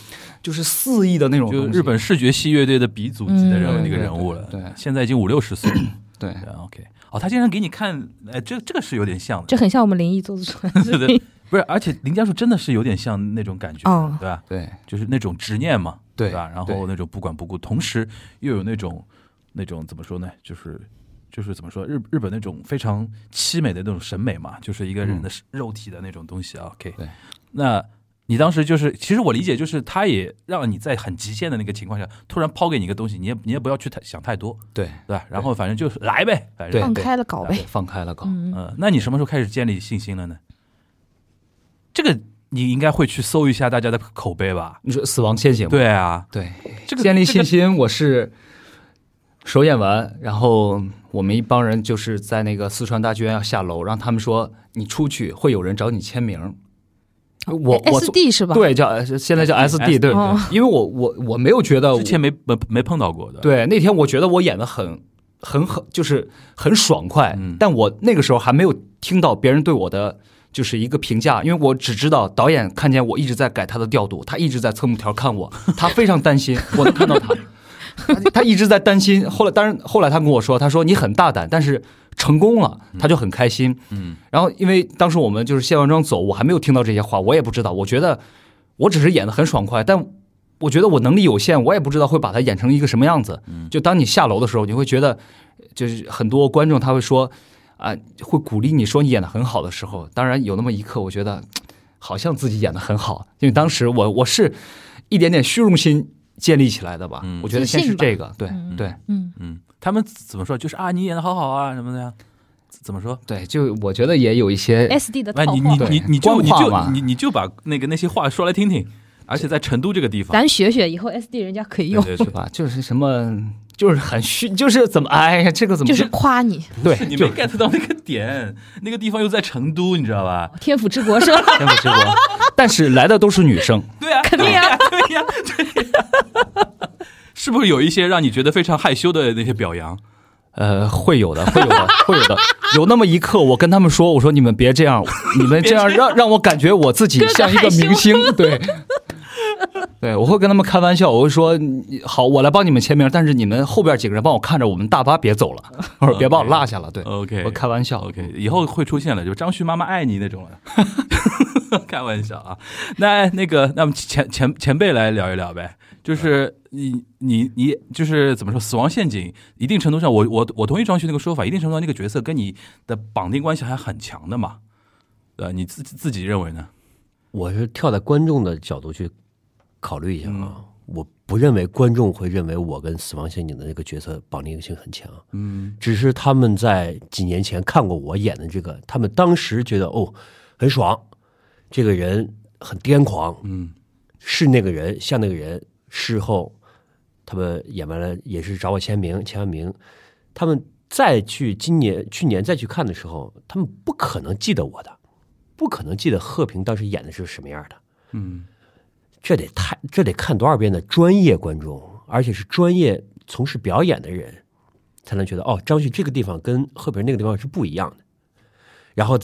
S4: 就是肆意的那种
S6: 就
S4: 东西
S6: 日本视觉系乐队的鼻祖级的人物
S4: 嗯
S6: 那个人物了，
S4: 对对对
S6: 现在已经五六十岁了。
S4: 对
S6: 对啊 OK，
S2: 哦，他竟然给你看，哎，这这个是有点像的，
S3: 这很像我们灵异做的出来
S2: [LAUGHS]
S3: 的
S2: 对对，不是，而且林家树真的是有点像那种感觉，
S3: 哦
S2: 对吧？
S4: 对
S2: 就是那种执念嘛，
S4: 对
S2: 吧？然
S4: 对
S2: 后那种不管不顾，同时又有那种那种怎么说呢？就是就是怎么说日日本那种非常凄美的那种审美嘛，就是一个人的肉体的那种东西啊。OK，
S4: 嗯对
S2: 那你当时就是，其实我理解就是，他也让你在很极限的那个情况下，突然抛给你一个东西，你也你也不要去太想太多，
S4: 对
S2: 对吧？然后反正就是来呗，反正
S4: 对
S3: 放开了搞
S4: 对，
S3: 呗。
S4: 放开了搞。
S3: 嗯，
S2: 嗯，那你什么时候开始建立信心了呢？这个你应该会去搜一下大家的口碑吧？
S4: 你说死亡陷阱吗？
S2: 对啊，
S4: 对，
S2: 这个
S4: 建立
S2: 这个
S4: 信心，我是首演完，然后我们一帮人就是在那个四川大剧院要下楼，让他们说你出去会有人找你签名。我我
S3: 哎 S D 是吧？，
S4: 对叫现在叫 SD 对，
S3: 哦
S4: 因为我我我没有觉得我
S2: 之前没没没碰到过的。，
S4: 哦对，那天我觉得我演的很很很就是很爽快，
S2: 嗯
S4: 但我那个时候还没有听到别人对我的就是一个评价，因为我只知道导演看见我一直在改他的调度，他一直在侧幕条看我，他非常担心，我能看到他。他他一直在担心，后来当然后来他跟我说，他说你很大胆，但是成功了，他就很开心。
S2: 嗯，
S4: 然后因为当时我们就是卸完妆走，我还没有听到这些话，我也不知道，我觉得我只是演的很爽快，但我觉得我能力有限，我也不知道会把它演成一个什么样子。就当你下楼的时候，你会觉得，就是很多观众他会说，啊、会鼓励你说你演的很好的时候，当然有那么一刻，我觉得好像自己演的很好，因为当时我我是一点点虚荣心建立起来的吧，
S2: 嗯
S4: 我觉得
S3: 自信
S4: 先是
S3: 吧
S4: 这个，对、
S3: 嗯
S4: 对
S3: 嗯，
S2: 嗯，他们怎么说？就是啊，你演的好好啊，什么的呀？怎怎么说？
S4: 对，就我觉得也有一些
S3: S D 的
S2: 哎，
S3: 套
S2: 你
S3: 话
S2: 你
S4: 对
S2: 你你就
S4: 官
S2: 你
S4: 话
S2: 就
S4: 嘛
S2: 你你就把那个那些话说来听听，而且在成都这个地方，
S3: 咱学学，以后 S D 人家可以
S2: 对
S3: 用，
S2: 对
S4: 对 [LAUGHS]
S2: 对，
S4: 吧？就是什么，就是很虚，就是怎么，哎呀，这个怎么
S3: 就是夸你
S4: 对，
S2: 你
S4: 就
S2: 没 get 到那个点，那个地方又在成都，你知道吧？ [LAUGHS]
S3: 天府之国 [LAUGHS] 是吧？
S4: 天府之国，但是来的都是女生，
S2: 对啊，
S3: 肯定啊，
S2: 对呀，对呀， [LAUGHS] 是不是有一些让你觉得非常害羞的那些表扬？
S4: 呃，会有的， [LAUGHS] 会有的，会有的。有那么一刻，我跟他们说，我说你们别这样，你们这样让让我感觉我自己
S3: 哥哥
S4: 像一
S3: 害
S4: 个
S3: 羞
S4: 明星，对。对，我会跟他们开玩笑，我会说你好，我来帮你们签名，但是你们后边几个人帮我看着，我们大巴别走了，或者别把我落下了。对
S2: OK
S4: 我开玩笑。
S2: OK，以后会出现了，就张旭妈妈爱你那种了。 [LAUGHS] 开玩笑啊，那那个，那我们前前前辈来聊一聊呗，就是你你你，就是怎么说，死亡陷阱，一定程度上，我我我同意张旭那个说法，一定程度上那个角色跟你的绑定关系还很强的嘛，呃，你自自己认为呢？
S1: 我是跳在观众的角度去考虑一下
S2: 嗯
S1: 啊，我不认为观众会认为我跟死亡陷阱的那个角色绑定性很强，
S2: 嗯
S1: 只是他们在几年前看过我演的这个，他们当时觉得哦很爽，这个人很癫狂，
S2: 嗯
S1: 是那个人，像那个人。事后他们演完了也是找我签名，签完名，他们再去今年、去年再去看的时候，他们不可能记得我的，不可能记得贺平当时演的是什么样的。
S2: 嗯
S1: 这得太，这得看多少遍的专业观众，而且是专业从事表演的人，才能觉得哦，张旭这个地方跟贺平那个地方是不一样的。然后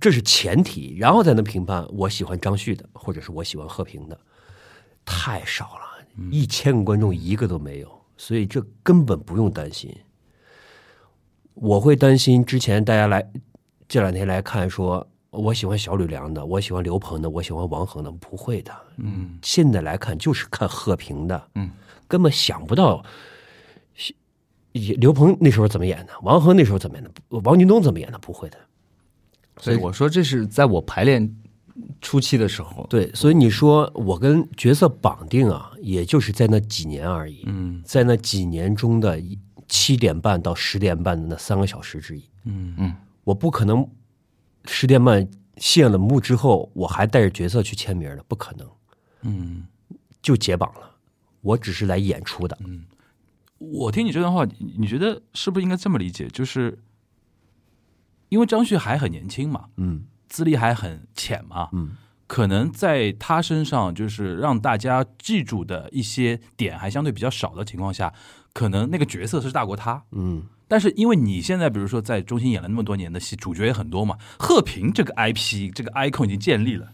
S1: 这是前提，然后才能评判我喜欢张旭的，或者是我喜欢贺平的。太少了，一千个观众一个都没有，所以这根本不用担心。我会担心之前大家来这两天来看说，我喜欢小吕梁的，我喜欢刘鹏的，我喜欢王恒的，不会的。
S2: 嗯，
S1: 现在来看就是看贺平的，
S2: 嗯，
S1: 根本想不到，也刘鹏那时候怎么演的，王恒那时候怎么演的，王军东怎么演的，不会的。
S4: 所以我说这是在我排练初期的时候，
S1: 对，所以你说我跟角色绑定啊，也就是在那几年而已，
S2: 嗯
S1: 在那几年中的七点半到十点半的那三个小时之一，
S2: 嗯
S4: 嗯，
S1: 我不可能十点半谢了幕之后，我还带着角色去签名的，不可能，
S2: 嗯，
S1: 就解绑了。我只是来演出的，
S2: 嗯我听你这段话，你你觉得是不是应该这么理解？就是因为张旭还很年轻嘛，
S1: 嗯
S2: 资历还很浅嘛，
S1: 嗯。
S2: 可能在他身上就是让大家记住的一些点还相对比较少的情况下，可能那个角色是大过他。
S1: 嗯
S2: 但是因为你现在比如说在中心演了那么多年的戏，主角也很多嘛，贺平这个 IP 这个 icon 已经建立了，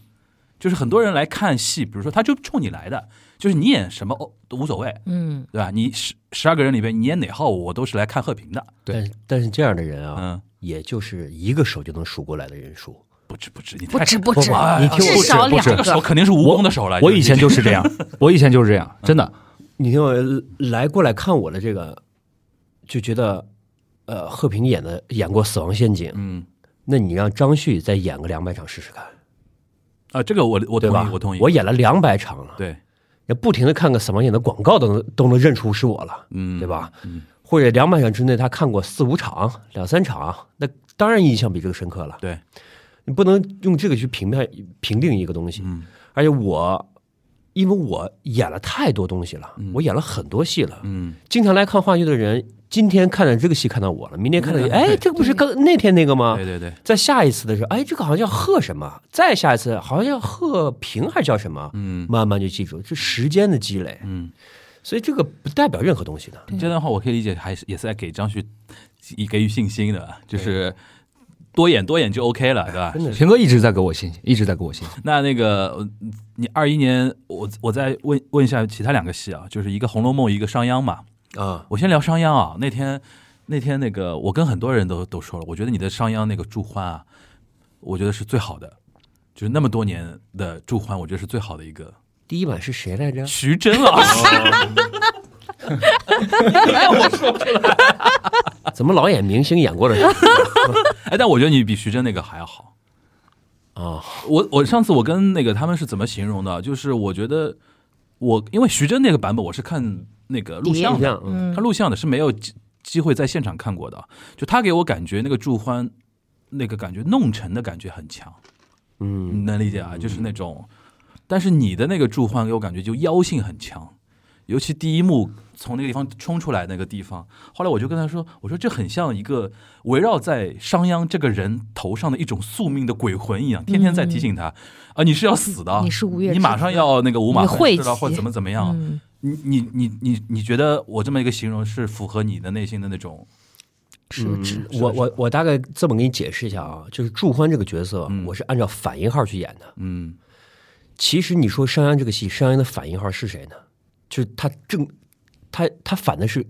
S2: 就是很多人来看戏，比如说他就冲你来的，就是你演什么哦都无所谓，
S3: [LAUGHS] 嗯，
S2: 对吧？你十十二个人里边你演哪号，我都是来看贺平的。
S4: 对
S1: 但是但是这样的人啊，
S2: 嗯，
S1: 也就是一个手就能数过来的人数。
S2: 不止不止，你
S3: 不
S2: 太
S3: 止不止
S2: 哇你，听
S3: 至
S2: 哎我
S3: 少
S4: 不
S3: 两
S4: 止
S2: 这个手肯定是蜈蚣的手了。
S4: 我以前就是这样，我以前就是这样，真的。
S1: 你听我来过来看我的这个，就觉得，呃，贺平演的演过《死亡陷阱》，
S2: 嗯
S1: 那你让张旭再演个两百场试试看，
S2: 啊，这个我我
S1: 对
S2: 同
S1: 吧
S2: 意，？我同意，
S1: 我演了两百场了，
S2: 对，
S1: 也不停的看个死亡陷阱的广告都能都能认出是我了，
S2: 嗯，
S1: 对？吧？
S2: 嗯
S1: 或者两百场之内他看过四五场、两三场，那当然印象比这个深刻了。
S2: 对，
S1: 你不能用这个去评判评定一个东西。
S2: 嗯
S1: 而且我因为我演了太多东西了，我演了很多戏了，
S2: 嗯
S1: 经常来看话剧的人，今天看到这个戏看到我了，明天看到
S2: 嗯
S1: 你，哎，这个不是刚那天那个吗
S2: 对？对对，
S1: 在下一次的时候，哎，这个好像叫贺什么，再下一次好像叫贺平还是叫什么，
S2: 嗯
S1: 慢慢就记住，这时间的积累，
S2: 嗯。
S1: 所以这个不代表任何东西的。
S2: 这段话我可以理解，还是也是在给张旭以给予信心的，就是多演多演就 OK 了，对 [LAUGHS] 吧？
S1: 真的是
S4: 平哥一直在给我信心，一直在给我信心。
S2: 那那个呃你二一年，我我再问问一下其他两个戏啊，就是一个《红楼梦》，一个《商鞅》嘛。
S1: 啊，
S2: 我先聊《商鞅》啊，那天那天那个我跟很多人都都说了，我觉得你的《商鞅》那个祝欢啊，我觉得是最好的。就是那么多年的祝欢，我觉得是最好的一个。
S1: 第一版是谁来着？
S2: 徐峥老师，
S1: 怎么老演明星演过
S2: [LAUGHS]
S1: 的人
S2: 哎，但我觉得你比徐峥那个还要好。
S1: 啊？
S2: 我我上次我跟那个他们是怎么形容的？就是我觉得我因为徐峥那个版本我是看那个录像
S1: 像
S2: 的，
S1: 嗯
S2: 看录像的是没有机机会在现场看过的。就他给我感觉那个祝欢那个感觉弄臣的感觉很强，
S1: 嗯
S2: 你能理解啊？就是那种，但是你的那个祝欢给我感觉就妖性很强，尤其第一幕从那个地方冲出来那个地方，后来我就跟他说，我说这很像一个围绕在商鞅这个人头上的一种宿命的鬼魂一样，天天在提醒他、啊，你是要死的，
S3: 嗯你是吴越之
S2: 你
S3: 子，
S2: 马上要那个五马
S3: 你
S2: 分
S3: 晦
S2: 尸了，
S3: 气
S2: 或者怎么怎么样。
S3: 嗯，
S2: 你你你你你觉得我这么一个形容是符合你的内心的那种？
S3: 是
S2: 嗯
S3: 不是？
S1: 我我我大概这么给你解释一下啊，就是祝欢这个角色，
S2: 嗯
S1: 我是按照反应号去演的。
S2: 嗯
S1: 其实你说商鞅这个戏，商鞅的反应号是谁呢？就是他正，他他反的是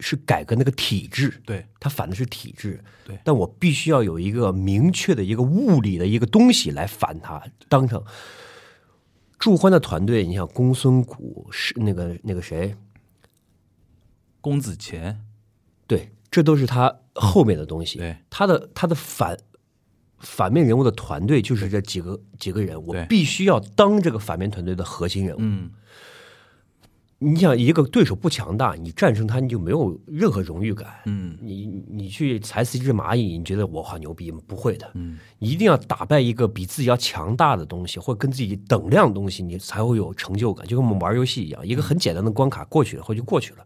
S1: 是改革那个体制，
S2: 对，
S1: 他反的是体制。
S2: 对
S1: 但我必须要有一个明确的一个物理的一个东西来反他，当成。祝欢的团队，你像公孙谷是那个那个谁，
S2: 公子虔，
S1: 对，这都是他后面的东西。
S2: 对，
S1: 他的他的反反面人物的团队就是这几个几个人，我
S2: 对
S1: 必须要当这个反面团队的核心人物。
S2: 嗯
S1: 你想一个对手不强大，你战胜他你就没有任何荣誉感。
S2: 嗯
S1: 你你你去踩死一只蚂蚁，你觉得我好牛逼吗？不会的，
S2: 嗯
S1: 你一定要打败一个比自己要强大的东西，或者跟自己等量的东西，你才会有成就感。就跟我们玩游戏一样，一个很简单的关卡过去了，或就过去了。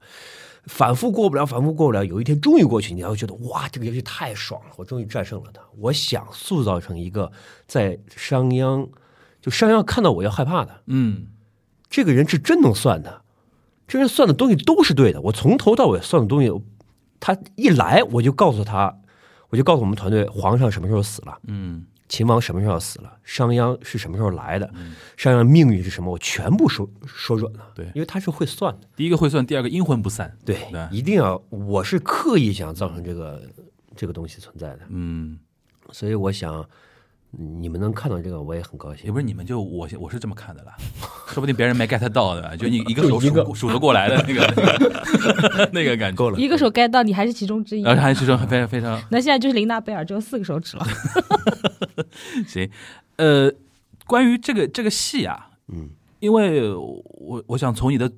S1: 反复过不了，反复过不了，有一天终于过去，你才会觉得哇，这个游戏太爽了，我终于战胜了它。我想塑造成一个在商鞅，就商鞅看到我要害怕的，
S2: 嗯，
S1: 这个人是真能算的，这人算的东西都是对的，我从头到尾算的东西，他一来我就告诉他，我就告诉我们团队，皇上什么时候死了，
S2: 嗯，
S1: 秦王什么时候要死了，商鞅是什么时候来的，商鞅命运是什么，我全部说说准了。
S2: 嗯对
S1: 因为他是会算的，
S2: 第一个会算，第二个阴魂不散，
S1: 对，
S2: 对
S1: 一定要，我是刻意想造成这个这个东西存在的，
S2: 嗯，
S1: 所以我想你们能看到这个，我也很高兴
S2: 也。不是你们就我我是这么看的啦，说不定别人没 get 到对
S1: [LAUGHS]
S2: 吧？就你一个
S1: 就
S2: 手
S1: 一个
S2: 数数得过来的那个那个 [LAUGHS] 感觉，
S1: 够了，
S3: 一个手 get 到你还是其中之一。
S2: 然后哎还是说非常非常
S3: 那现在就是琳娜贝尔只有四个手指了，
S2: 行，呃，关于这个这个戏啊，
S1: 嗯，
S2: 因为我我想从你的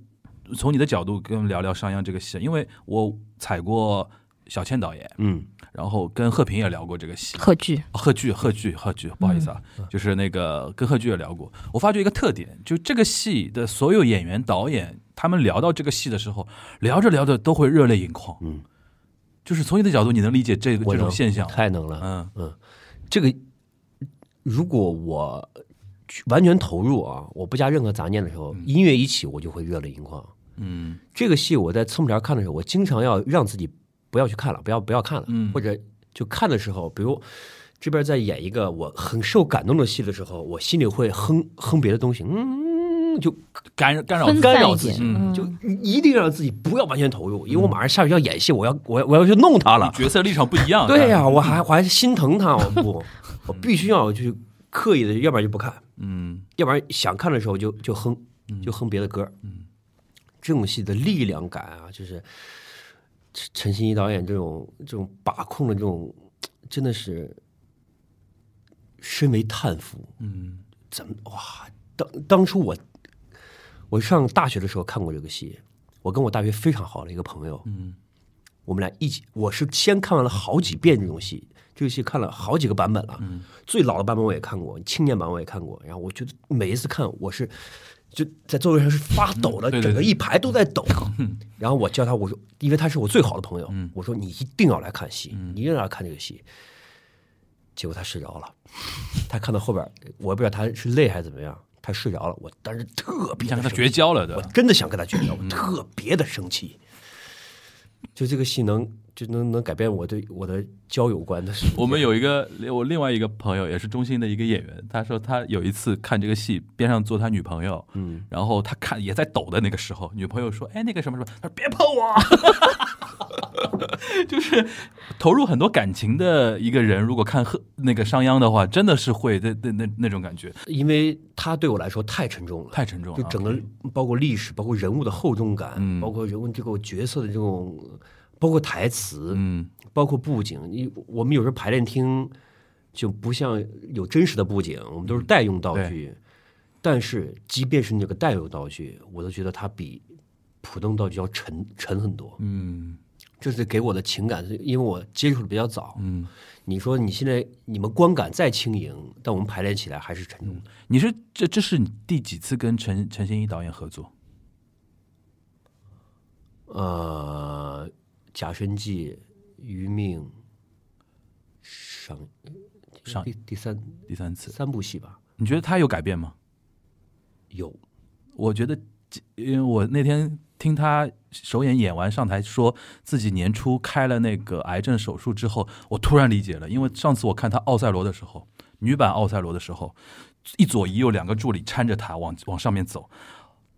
S2: 从你的角度跟我们聊聊商鞅这个戏，因为我采过小倩导演，
S1: 嗯，
S2: 然后跟贺平也聊过这个戏，
S3: 贺剧
S2: 啊贺剧贺剧贺剧，不好意思啊，
S1: 嗯
S2: 就是那个跟贺剧也聊过，我发觉一个特点，就这个戏的所有演员导演，他们聊到这个戏的时候，聊着聊着都会热泪盈眶，
S1: 嗯，
S2: 就是从你的角度，你能理解这个
S1: 我
S2: 这种
S1: 能
S2: 现象吗，
S1: 太能了，
S2: 嗯
S1: 这个如果我去完全投入啊，我不加任何杂念的时候，音乐一起我就会热泪盈眶。
S2: 嗯
S1: 这个戏我在侧幕帘看的时候，我经常要让自己不要去看了，不要不要看了，
S2: 嗯
S1: 或者就看的时候，比如这边在演一个我很受感动的戏的时候，我心里会哼哼别的东西，嗯，就
S2: 干扰干扰
S3: 分
S1: 干扰
S3: 散一
S1: 自己，
S3: 点
S2: 嗯
S1: 就一定让自己不要完全投入，因为我马上下去要演戏，我要我要我要去弄他了，
S2: 角色立场不
S1: [LAUGHS]
S2: 一样，啊
S1: 对啊呀、我还我还心疼他，我
S2: [LAUGHS]
S1: 不，我必须要去刻意的，要不然就不看，
S2: 嗯
S1: 要不然想看的时候就就哼，就哼别的歌。嗯，这种戏的力量感啊，就是陈陈欣怡导演这种这种把控的这种，真的是深为叹服。
S2: 嗯
S1: 怎么哇？当当初我我上大学的时候看过这个戏，我跟我大学非常好的一个朋友，
S2: 嗯，
S1: 我们俩一起，我是先看完了好几遍这种戏，这个戏看了好几个版本了，
S2: 嗯
S1: 最老的版本我也看过，青年版我也看过，然后我觉得每一次看我是就在座位上是发抖的，
S2: 嗯对对嗯
S1: 整个
S2: 对
S1: 一排都在抖。然后我叫他，我说，因为他是我最好的朋友，
S2: 嗯
S1: 我说你一定要来看戏，你一定要来看这个戏。结果他睡着了，他看到后边，我也不知道他是累还是怎么样，他睡着了。我当时特别
S2: 你想
S1: 的
S2: 跟他
S1: 生
S2: 绝交了，对
S1: 我
S2: 吧？
S1: 真的想跟他绝交，
S2: 嗯
S1: 我特别的生气。就这个戏能就能能改变我对我的交友观的事。
S2: 我们有一个我另外一个朋友也是中心的一个演员，他说他有一次看这个戏，边上坐他女朋友，
S1: 嗯，
S2: 然后他看也在抖的那个时候，女朋友说：“哎，那个什么什么。”他说：“别碰我。”啊 [LAUGHS] 就是投入很多感情的一个人，如果看贺那个商鞅的话，真的是会那那那那种感觉
S1: 因为他对我来说太沉重了，
S2: 太沉重了。
S1: 就整个包括历史，包括人物的厚重感，
S2: 嗯
S1: 包括人物这个角色的这种，包括台词，
S2: 嗯
S1: 包括布景。你我们有时候排练厅就不像有真实的布景，我们都是代用道具。
S2: 嗯
S1: 但是即便是那个代用道具，我都觉得它比普通道具要沉沉很多。
S2: 嗯
S1: 这是给我的情感，因为我接触的比较早。
S2: 嗯，
S1: 你说你现在你们观感再轻盈，但我们排练起来还是沉重的。
S2: 你是这这是你第几次跟陈陈欣怡导演合作？嗯
S1: 呃，假身记、余命、上
S2: 上
S1: 第第三
S2: 第三次，
S1: 三部戏吧，
S2: 你觉得他有改变吗？
S1: 有
S2: 我觉得，因为我那天听他首演演完上台，说自己年初开了那个癌症手术之后，我突然理解了。因为上次我看他奥赛罗的时候，女版奥赛罗的时候，一左一右两个助理搀着他往往上面走。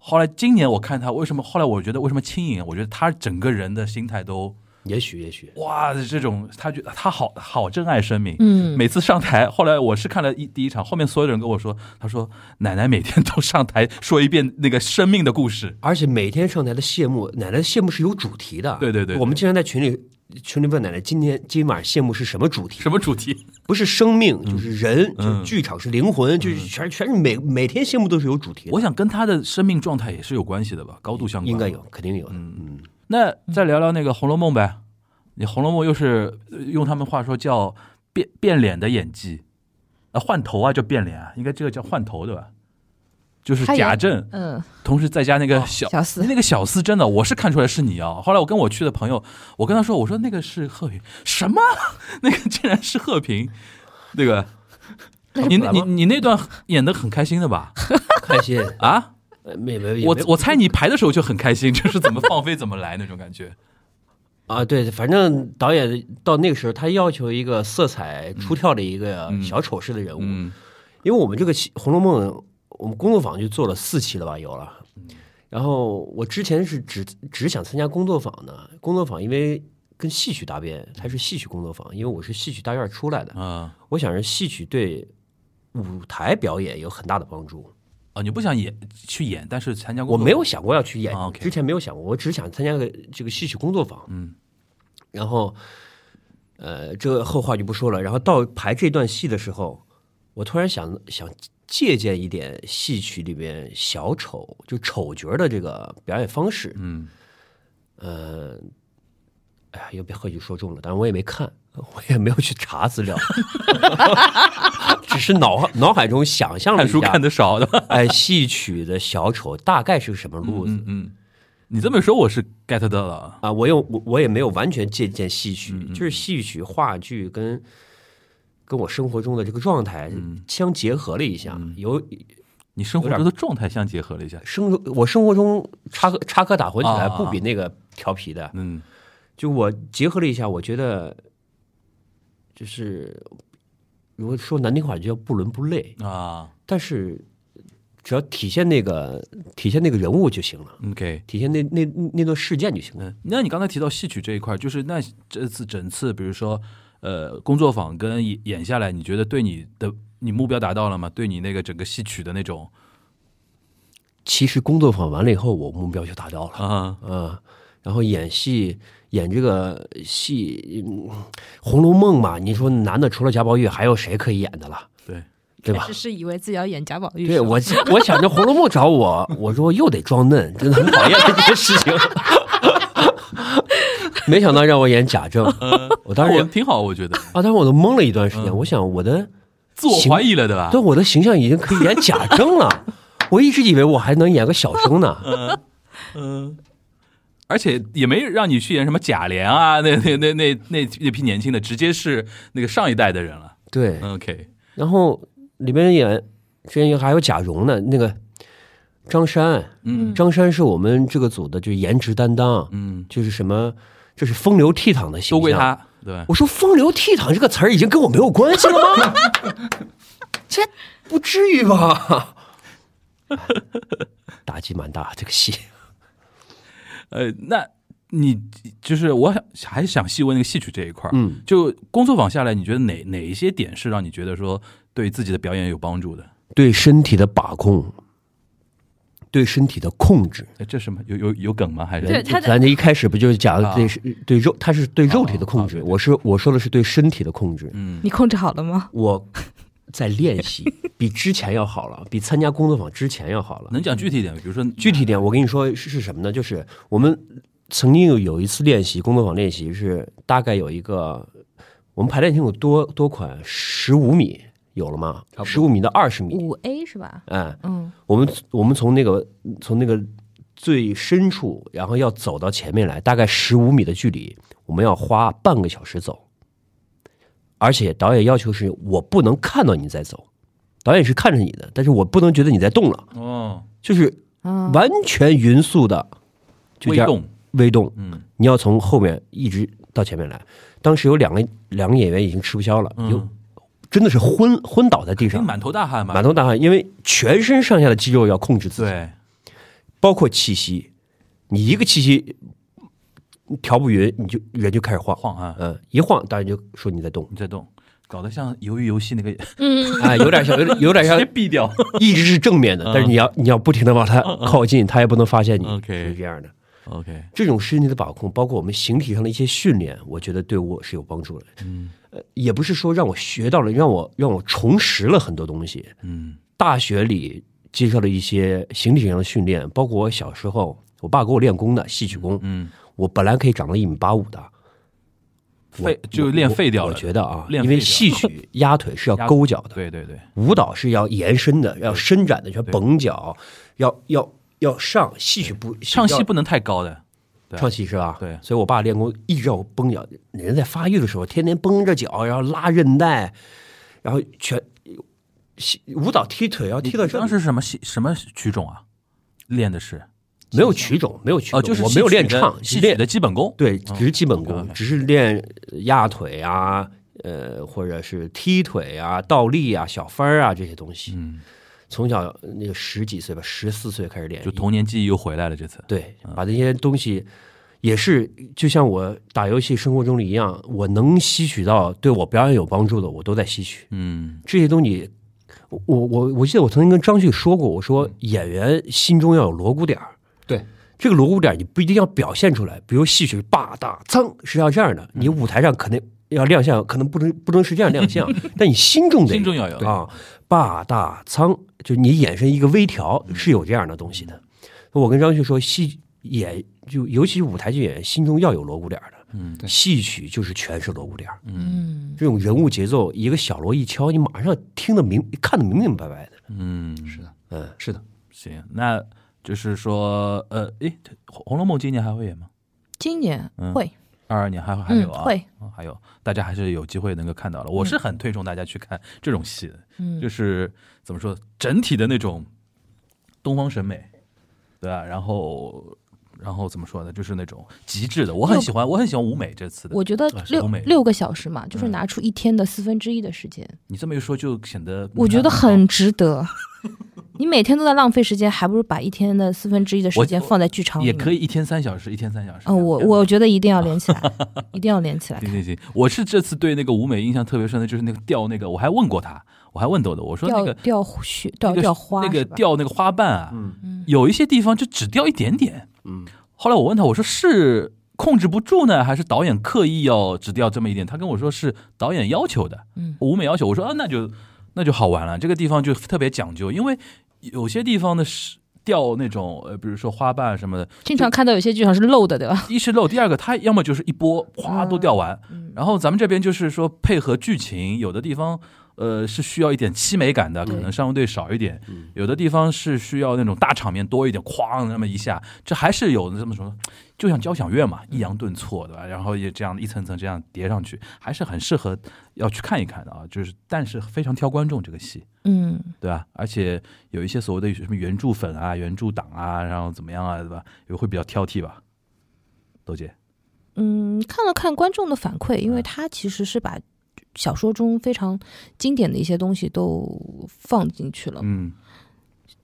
S2: 后来今年我看他为什么，后来我觉得为什么轻盈，我觉得他整个人的心态都
S1: 也许也许
S2: 哇，这种他觉得他好好珍爱生命。
S3: 嗯，
S2: 每次上台，后来我是看了一第一场，后面所有人跟我说，他说奶奶每天都上台说一遍那个生命的故事。
S1: 而且每天上台的谢幕，奶奶的谢幕是有主题的。
S2: 对对对
S1: 我们经常在群里群里问奶奶，今天今晚谢幕是什么主题？
S2: 什么主题？
S1: 不是生命就是人，
S2: 嗯
S1: 就是剧场是灵魂，就是全全是每每天谢幕都是有主题的。
S2: 我想跟他的生命状态也是有关系的吧，高度相关。
S1: 应该有，。肯定有的。嗯，
S2: 那再聊聊那个《红楼梦》呗。你《红楼梦》又是呃用他们话说叫变变脸的演技，啊，换头啊，叫变脸啊，应该这个叫换头对吧？就是
S3: 他也
S2: 贾政，
S3: 嗯，
S2: 同时再加那个小
S3: 小四
S2: 那个小四真的，我是看出来是你啊。后来我跟我去的朋友，我跟他说，我说那个是贺平，什么？ [LAUGHS] 那个竟然是贺平，那个
S1: 那是
S2: 你
S1: 本来
S2: 你
S1: 吗
S2: 你那段演的很开心的吧？
S1: 开心，
S2: 啊，
S1: [LAUGHS] 呃没没也
S2: 我
S1: 没
S2: 我猜你排的时候就很开心，就是怎么放飞怎么来那种
S1: [LAUGHS]
S2: 感觉。
S1: 啊，对，反正导演到那个时候，他要求一个色彩出挑的一个
S2: 嗯
S1: 小丑式的人物，
S2: 嗯
S1: 因为我们这个戏《红楼梦》，我们工作坊就做了四期了吧，有了。
S2: 嗯
S1: 然后我之前是只只想参加工作坊的，工作坊因为跟戏曲搭边，它是戏曲工作坊，因为我是戏曲大院出来的，
S2: 啊
S1: 我想着戏曲对舞台表演有很大的帮助。
S2: 啊，你不想演去演，但是参加过
S1: 我没有想过要去演
S2: 啊，OK，
S1: 之前没有想过，我只想参加个这个戏曲工作坊。
S2: 嗯
S1: 然后，呃，这个后话就不说了。然后到排这段戏的时候，我突然想想借鉴一点戏曲里边小丑就丑角的这个表演方式。
S2: 嗯
S1: 呃，哎呀，又被贺剧说中了，但是我也没看，我也没有去查资料， [LAUGHS] 只是脑脑海中想象了
S2: 看
S1: 一
S2: 书
S1: 下
S2: 看，的少的。
S1: 哎，戏曲的小丑大概是个什么路子。
S2: 嗯嗯，你这么一说我是 get 到了。
S1: 啊，我有我我也没有完全借鉴戏曲，
S2: 嗯
S1: 就是戏曲、话剧跟跟我生活中的这个状态
S2: 嗯
S1: 相结合了一下，有
S2: 你生活中的状态相结合了一下，
S1: 生我生活中插科插科打诨起来
S2: 啊啊啊
S1: 不比那个调皮的，
S2: 嗯
S1: 就我结合了一下，我觉得就是如果说难听话就叫不伦不类，
S2: 啊
S1: 但是只要体现那个体现那个人物就行了，
S2: ，OK，
S1: 体现那那那段事件就行了。
S2: 嗯，那你刚才提到戏曲这一块儿，就是那这次整次，比如说，呃，工作坊跟演演下来，你觉得对你的你目标达到了吗？对你那个整个戏曲的那种
S1: 其实工作坊完了以后，我目标就达到了。
S2: 啊，
S1: 啊，然后演戏演这个戏，嗯《红楼梦》嘛，你说男的除了贾宝玉，还有谁可以演的了？
S2: 对
S1: 对
S3: 开
S1: 吧
S3: 始？是以为自己要演贾宝玉，
S1: 对
S3: 是吧
S1: 我，我想着《红楼梦》找我，我说又得装嫩，真的很讨厌这件事情。 [LAUGHS] 没想到让我演贾政，我当时
S2: 嗯我挺好，我觉得
S1: 啊，当时我都懵了一段时间。
S2: 嗯
S1: 我想我的，
S2: 自我怀疑了，对吧
S1: 对？我的形象已经可以演贾政了。 [LAUGHS] 我一直以为我还能演个小生呢。
S2: 嗯，而且也没让你去演什么贾琏啊，那那那那那那批年轻的，直接是那个上一代的人了。
S1: 对，
S2: OK，
S1: 然后里边演之前还有贾蓉呢，那个张山，
S2: 嗯
S1: 张山是我们这个组的就是颜值担当，
S2: 嗯，
S1: 就是什么，这是风流倜傥的形象。
S2: 都归。他，对吧？
S1: 我说“风流倜傥”这个词儿已经跟我没有关系了
S2: [LAUGHS]
S1: 吗？这不至于吧？ [LAUGHS] 打击蛮大，这个戏。
S2: 呃，那你就是我想还想细问那个戏曲这一块儿，
S1: 嗯，
S2: 就工作坊下来，你觉得哪哪一些点是让你觉得说对自己的表演有帮助的？
S1: 对身体的把控，对身体的控制。
S2: 哎，这什么有有有梗吗？还是
S3: 对 [LAUGHS] 他的
S1: 咱这一开始不就是讲
S2: 啊哦
S1: 对是对肉，他是对肉体的控制，我是我说的是对身体的控制。
S2: 嗯
S3: 你控制好了吗？
S1: 我在练习，比之前要好了，比参加工作坊之前要好了。
S2: 能讲具体一点？比如说
S1: 具体点，我跟你说是是什么呢？就是我们曾经有有一次练习，工作坊练习是大概有一个，我们排练厅有多多宽，十五米有了吗？十五米到二十
S2: 哦
S1: 米，
S3: 五 A 是吧？
S1: 哎，
S3: 嗯，
S1: 我们我们从那个从那个最深处，然后要走到前面来，大概十五米的距离，我们要花半个小时走。而且导演要求是我不能看到你在走，导演是看着你的，但是我不能觉得你在动了，
S2: 哦，
S1: 就是
S3: 啊，
S1: 完全匀速的，就
S2: 微
S1: 这样
S2: 动，
S1: 微动，
S2: 嗯
S1: 你要从后面一直到前面来。当时有两个两个演员已经吃不消了，有
S2: 嗯，哎
S1: 真的是昏昏倒在地
S2: 这
S1: 上，
S2: 满头大汗嘛，
S1: 满头大汗，因为全身上下的肌肉要控制自己。
S2: 对，
S1: 包括气息，你一个气息调不匀，你就人就开始晃，
S2: 晃啊，
S1: 嗯，一晃当然就说你在动，
S2: 你在动，搞得像鱿鱼游戏那
S1: [LAUGHS]
S2: 个
S3: 嗯，
S1: 哎，有点像，有点有点像
S2: [LAUGHS] 直接，
S1: [LAUGHS]
S2: 毙掉。
S1: 一直是正面
S2: 嗯
S1: 的，但是你要你要不停的往它靠近，它也不能发现你
S2: OK
S1: 是这样的。
S2: OK，
S1: 这种身体的把控，包括我们形体上的一些训练，我觉得对我是有帮助的。嗯，呃，也不是说让我学到了，让我让我重拾了很多东西，
S2: 嗯
S1: 大学里接受了一些形体上的训练，包括我小时候，我爸给我练功的戏曲功。
S2: 嗯，
S1: 我本来可以长到一米八五的，我
S2: 废就练废掉
S1: 我
S2: 了。
S1: 觉得啊，
S2: 练
S1: 因为
S2: 废掉
S1: 戏
S2: [LAUGHS]
S1: 曲压腿是要
S2: 压
S1: 勾脚的，
S2: 对对对，
S1: 舞蹈是要延伸的，要伸展的，要
S2: 对
S1: 绷脚，要要要上。戏曲不
S2: 唱戏
S1: 要
S2: 不能太高的，对
S1: 唱戏是吧？
S2: 对
S1: 所以我爸练功一直让我绷脚，人在发育的时候天天绷着脚，然后拉韧带，然后全戏舞蹈踢腿要踢到这
S2: 当
S1: 里，
S2: 时什么戏什么曲种啊？练的是
S1: 没有曲种，没有曲种，
S2: 哦，就是
S1: 我没有
S2: 戏曲
S1: 练
S2: 的
S1: 唱，
S2: 戏曲
S1: 练
S2: 的基本功。
S1: 对，只是基本功，
S2: OK，OK
S1: 只是练呃压腿啊，呃，或者是踢腿啊、倒立啊、小翻儿啊这些东西。
S2: 嗯，
S1: 从小那个十几岁吧，十四岁开始练，
S2: 就嗯童年记忆又回来了。这次
S1: 对，把那些东西也是就像我打游戏生活中的一样，我能吸取到对我表演有帮助的，我都在吸取
S2: 嗯，
S1: 这些东西。我我我记得我曾经跟张旭说过，我
S2: 嗯
S1: 说演员心中要有锣鼓点儿，
S4: 对，
S1: 这个锣鼓点儿你不一定要表现出来，比如戏曲吧嗒噌是要这样的，你舞台上可能要亮相，可能不能不能是这样亮相，但你心中得
S2: 心中
S1: 有
S2: 要有。
S1: 啊，吧嗒噌，就你衍生一个微调是有这样的东西的。我跟张旭说，戏演就尤其是舞台剧演员心中要有锣鼓点儿的，
S2: 嗯，
S4: 对
S1: 戏曲就是全是锣鼓点儿，
S3: 嗯，
S1: 这种人物节奏一个小锣一敲，你马上听得明看得明明白白的，
S2: 嗯，
S4: 是的，
S1: 嗯，
S4: 是的，
S2: 行，那就是说，呃，诶，这红红楼梦》今年还会演吗？
S3: 今年
S2: 嗯
S3: 会，
S2: 二二年还还
S3: 嗯
S2: 有啊，
S3: 会，
S2: 啊还有，大家还是有机会能够看到了。我是很推崇大家去看这种戏的，
S3: 嗯
S2: 就是怎么说，整体的那种东方审美，对吧？然后，然后怎么说呢？就是那种极致的，我很喜欢，我很喜欢舞美这次的。
S3: 我觉得
S2: 啊是
S3: 六
S2: 欧美
S3: 六个小时嘛，就是
S2: 嗯
S3: 拿出一天的四分之一的时间，
S2: 你这么一说，就显得
S3: 我觉得很值得。 [LAUGHS] 你每天都在浪费时间，还不如把一天的四分之一的时
S2: 我
S3: 间放在剧场里
S2: 也
S3: 面。
S2: 可以一天三小时，一天三小时。
S3: 嗯，我我觉得一定要
S2: [LAUGHS]
S3: 连起来，一定要连起来
S2: 行。行行，我是这次对那个舞美印象特别深的，就是那个吊那个，我还问过他，我还问豆豆，我说那
S3: 掉
S2: 个
S3: 掉雪，掉
S2: 那个
S3: 掉花
S2: 那
S3: 是
S2: 个
S3: 吧，
S2: 吊那个花瓣啊，
S3: 嗯
S2: 有一些地方就只掉一点点。
S1: 嗯，
S2: 后来我问他，我说是控制不住呢，还是导演刻意要只掉这么一点？他跟我说是导演要求的，
S3: 嗯
S2: 舞美要求。我说啊，那就那就好玩了，这个地方就特别讲究，因为有些地方的是掉那种呃，比如说花瓣什么的，
S3: 经常看到有些剧场是漏的，对吧？
S2: 一是漏，第二个它要么就是一波哗都掉完，
S3: 嗯
S2: 然后咱们这边就是说配合剧情，有的地方呃是需要一点凄美感的，可
S3: 对
S2: 能上位队少一点，有的地方是需要那种大场面多一点，哐那么一下，这还是有这么什么，就像交响乐嘛，抑扬顿挫，对吧？然后也这样一层层这样叠上去，还是很适合要去看一看的啊。就是但是非常挑观众这个戏，
S3: 嗯，
S2: 对吧？而且有一些所谓的什么原著粉啊、原著党啊，然后怎么样啊，对吧？也会比较挑剔吧，豆姐。
S3: 嗯，看了看观众的反馈，因为
S2: 嗯
S3: 他其实是把小说中非常经典的一些东西都放进去了。
S2: 嗯，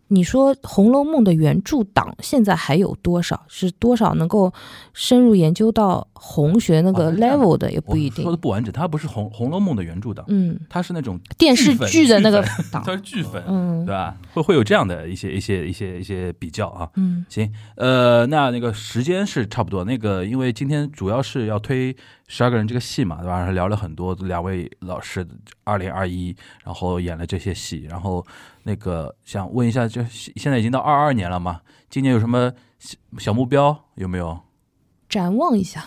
S3: 你说《红楼梦》的原著党现在还有多少？是多少能够深入研究到红学那
S2: 哦
S3: 个
S2: 那这样
S3: level 的也
S2: 我
S3: 不一定
S2: 说。的不完整，它不是红《红楼梦》的原著党，
S3: 嗯，
S2: 它是那种
S3: 电视
S2: 剧粉
S3: 剧的那个
S2: 剧
S3: 党
S2: 它，是剧粉，
S3: 嗯
S2: 对啊吧？会会有这样的一些一些一些一些比较啊。
S3: 嗯
S2: 行，呃，那那个时间是差不多。那个，因为今天主要是要推《十二个人》这个戏嘛，对吧？聊了很多两位老师二零二一，然后演了这些戏，然后那个想问一下，就现在已经到二二年了嘛，今年有什么小小目标有没有？
S3: 展望一下，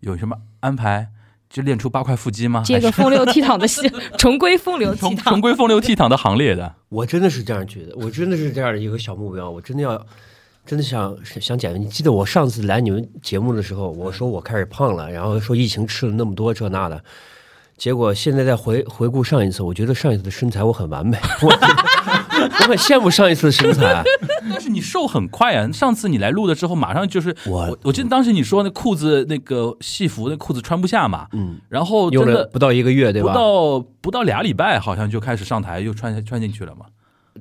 S2: 有什么安排？就练出八块腹肌吗？
S3: 接个风流倜
S2: [LAUGHS]
S3: 傥的戏，重归风流倜
S2: 重重
S3: 傥。
S2: 归风流倜傥的行列的。
S1: 我真的是这样觉得，我真的是这样的一个小目标，我真的要，真的想想减肥。你记得我上次来你们节目的时候，我说我开始胖了，然后说疫情吃了那么多这那的，结果现在再回回顾上一次，我觉得上一次的身材我很完美， [LAUGHS] 我我很羡慕上一次的身
S2: [LAUGHS]
S1: 材。
S2: [LAUGHS] 但是你瘦很快啊！上次你来录的时候，马上就是
S1: 我
S2: 我记得当时你说那裤子那个戏服那裤子穿不下嘛，
S1: 嗯，
S2: 然后真
S1: 用了
S2: 的
S1: 不到一个月，对
S2: 不
S1: 吧？
S2: 到不到俩礼拜，好像就开始上台又穿穿进去了嘛。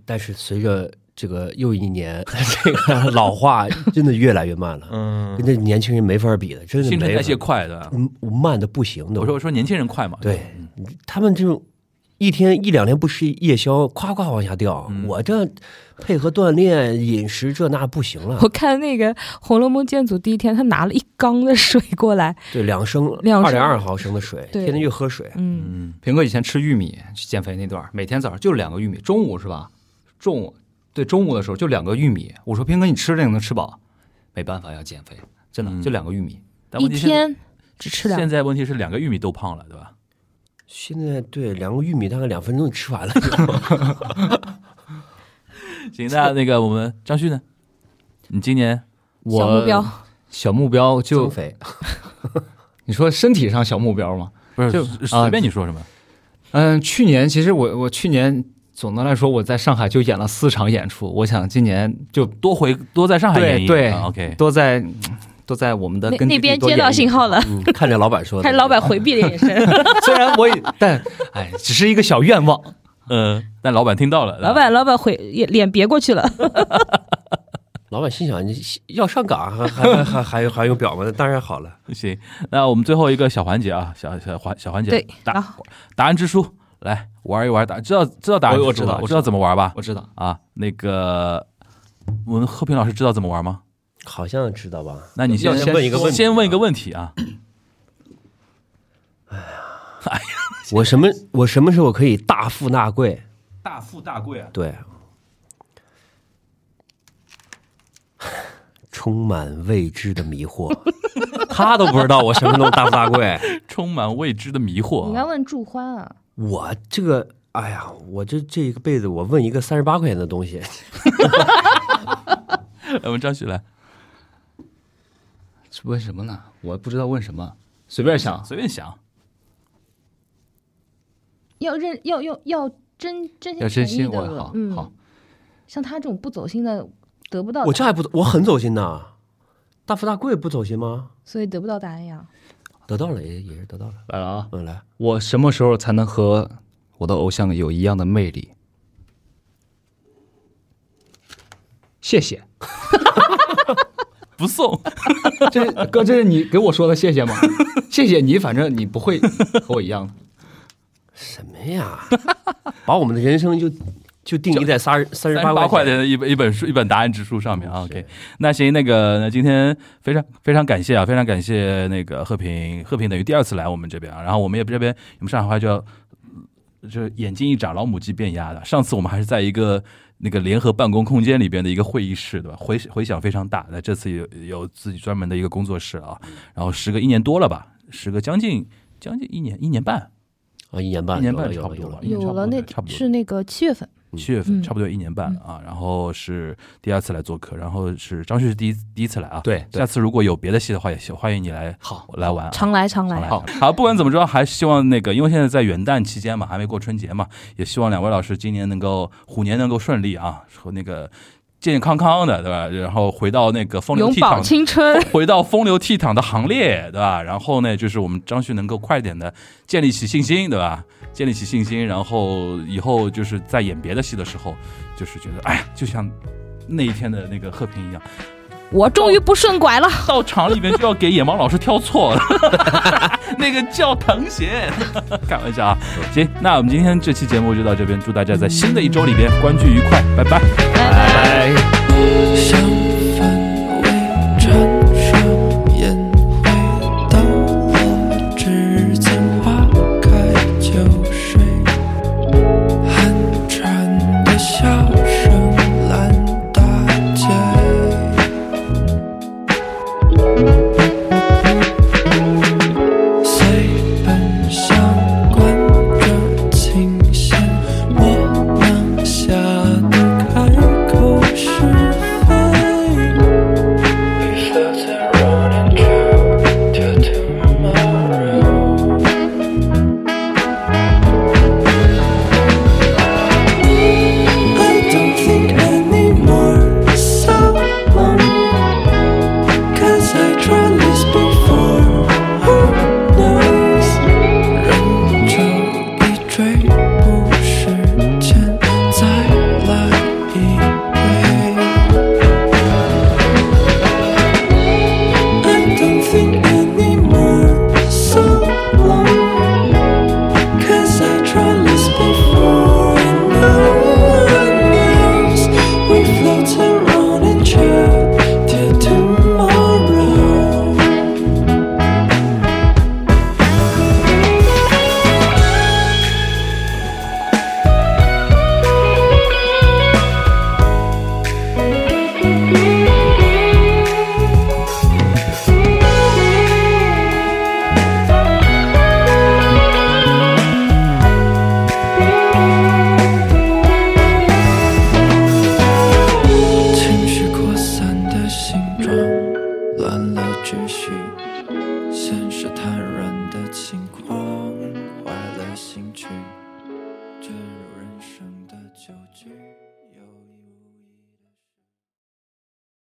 S1: 但是随着这个又一年 [LAUGHS] 这个老化，真的越来越慢了，
S2: 嗯，
S1: 跟这年轻人没法比的，真的
S2: 新陈
S1: 没
S2: 代谢
S1: 法。
S2: 快的。
S1: 嗯，慢的不行的。
S2: 我说我说年轻人快嘛，
S1: 对，他们这种一天一两天不吃夜宵，夸夸往下掉。
S3: 嗯
S1: 我这配合锻炼、饮食这那不行了
S3: 我，看那个《红楼梦》建组第一天，他拿了一缸的水过来，
S1: 对，两升
S3: 两
S1: 二
S3: 升
S1: 点二毫升的水，
S3: 对
S1: 天天就喝水。
S3: 嗯，
S2: 嗯，
S4: 平哥以前吃玉米去减肥那段儿，每天早上就两个玉米，中午是吧？中午对中午的时候就两个玉米。我说平哥，你吃这个能吃饱？没办法，要减肥，真的
S2: 嗯
S4: 就两个玉米。
S2: 但
S3: 一
S2: 问题是
S3: 天只吃两
S2: 现在问题是两个玉米都胖了，对吧？ [LAUGHS]
S1: 现在对两个玉米大概两分钟就吃完了，
S2: 行，那那个我们张旭呢？你今年
S3: 小目标
S4: 我，小目标就
S1: 增肥。
S4: 你说身体上小目标吗？
S7: 不是
S4: 就是
S7: 随便你说什么，
S4: 嗯，去年其实我我去年总的来说我在上海就演了四场演出，我想今年就
S2: 多回多在上海
S4: 对
S2: 演绎，
S4: 对
S2: 啊，OK，
S4: 多在多在我们的
S3: 那
S4: 根据
S3: 那
S4: 地
S3: 边
S4: 多
S3: 接到
S4: 演一
S3: 信号了，
S1: 嗯，看着老板说的，
S3: [LAUGHS] 看老板回避的
S2: [LAUGHS]
S3: 眼神。
S4: 虽然我也，但哎，只是一个小愿望。
S2: 嗯，但老板听到了，
S3: 老板，老板回也脸别过去了。
S1: 老板心想：你要上岗还还还还还用表吗？那当然好了。
S2: 行，那我们最后一个小环节啊，小小环小环节，
S3: 对，
S2: 答
S3: 然后
S2: 答案之书，来玩一玩答，知道知道答案之书
S4: 我我知道
S2: 吧
S4: 我
S2: 我知
S4: 知
S2: 道
S4: 道
S2: 怎么玩吧？
S4: 我知道，
S2: 啊，那个我们贺平老师知道怎么玩吗？
S1: 好像知道
S3: [LAUGHS]
S1: 吧？
S2: 那你
S1: 要
S2: 先
S1: 先问一个问题
S2: 先问一个问题啊，
S1: 我什么我什么时候可以大富大贵？
S2: 大富大贵啊，
S1: 对， [LAUGHS] 充满未知的迷
S2: [LAUGHS]
S1: 惑，他都不知道我什么时候大富大贵。
S2: [LAUGHS] 充满未知的迷惑
S3: 你
S2: 啊、
S3: 该问祝欢啊，
S1: 我这个，哎呀，我这这一个辈子，我问一个三十八块钱的东西，
S2: 来我们张旭来，
S4: 这问什么呢？我不知道问什么，随便想。
S2: 随便想，
S3: 要认要要要真真
S4: 要
S3: 心诚
S4: 真
S3: 意
S4: 心，
S3: 的
S4: 我
S3: 问，
S4: 好
S3: 嗯，
S4: 好，
S3: 像他这种不走心的得不到
S1: 我
S3: 答，
S1: 这还不，我很走心的。大富大贵不走心吗？
S3: 所以得不到答案呀。
S1: 得到了也也是得到了。
S4: 来了啊！
S1: 嗯，来，
S4: 我什么时候才能和我的偶像有一样的魅力？谢谢， [LAUGHS]
S2: 不送，
S4: 这是哥，这是你给我说的谢谢吗？谢谢你，反正你不会和我一样的。
S1: 什么
S2: [LAUGHS]
S1: 呀？把我们的人生就就定义在三十三
S2: 三
S1: 十
S2: 十八
S1: 八
S2: 块
S1: 钱。
S2: 钱的一本一本书一本答案之书上面啊。
S1: 是
S2: OK，那行，那个那今天非常非常感谢啊，非常感谢那个贺平，贺平等于第二次来我们这边啊，然后我们也这边我们上海话叫就是眼睛一眨，老母鸡变鸭的。上次我们还是在一个那个联合办公空间里边的一个会议室，对吧？回回响非常大。那这次有有自己专门的一个工作室啊，
S1: 嗯
S2: 然后时隔一年多了吧，时隔将近将近一年一年半，
S1: 啊，一年半，
S2: 一年
S1: 有了
S2: 半
S1: 有
S2: 差
S1: 了
S2: 不
S1: 有
S2: 多
S1: 了
S2: 吧，一年差
S3: 有
S2: 不多
S3: 了那
S2: 差不多
S3: 是那个七月份，
S2: 七月份
S3: 嗯
S2: 差不多一年半了啊，然后是第二次来做客，然后是张旭是第一第一次来啊，
S4: 对对
S2: 下次如果有别的戏的话，也行欢迎你来
S4: 好，
S2: 来玩啊。
S3: 常来常
S2: 常
S3: 来
S2: 来。好，不管怎么着，还希望那个，因为现在在元旦期间嘛，还没过春节嘛，也希望两位老师今年能够虎年能够顺利啊，和那个健健康康的，对吧？然后回到那个风流
S3: 永
S2: 倜
S3: 葆
S2: 傥
S3: 青春， [LAUGHS]
S2: [LAUGHS] 回到风流倜傥的行列，对吧？然后呢，就是我们张旭能够快点的建立起信心，对吧？建立起信心，然后以后就是在演别的戏的时候，就是觉得，哎呀，就像那一天的那个贺平一样，
S3: 我终于不顺拐了。
S2: 到场里面就要给野猫老师挑错了， [LAUGHS] 那个叫藤鞋，开玩笑啊。行，那我们今天这期节目就到这边，祝大家在新的一周里边欢聚愉快，拜拜。
S4: 拜。
S8: 像范围缠上烟灰，到了指尖花开就睡。寒蝉的笑声烂大街。随本相关着琴弦，我能下得开口是非。太软的轻快。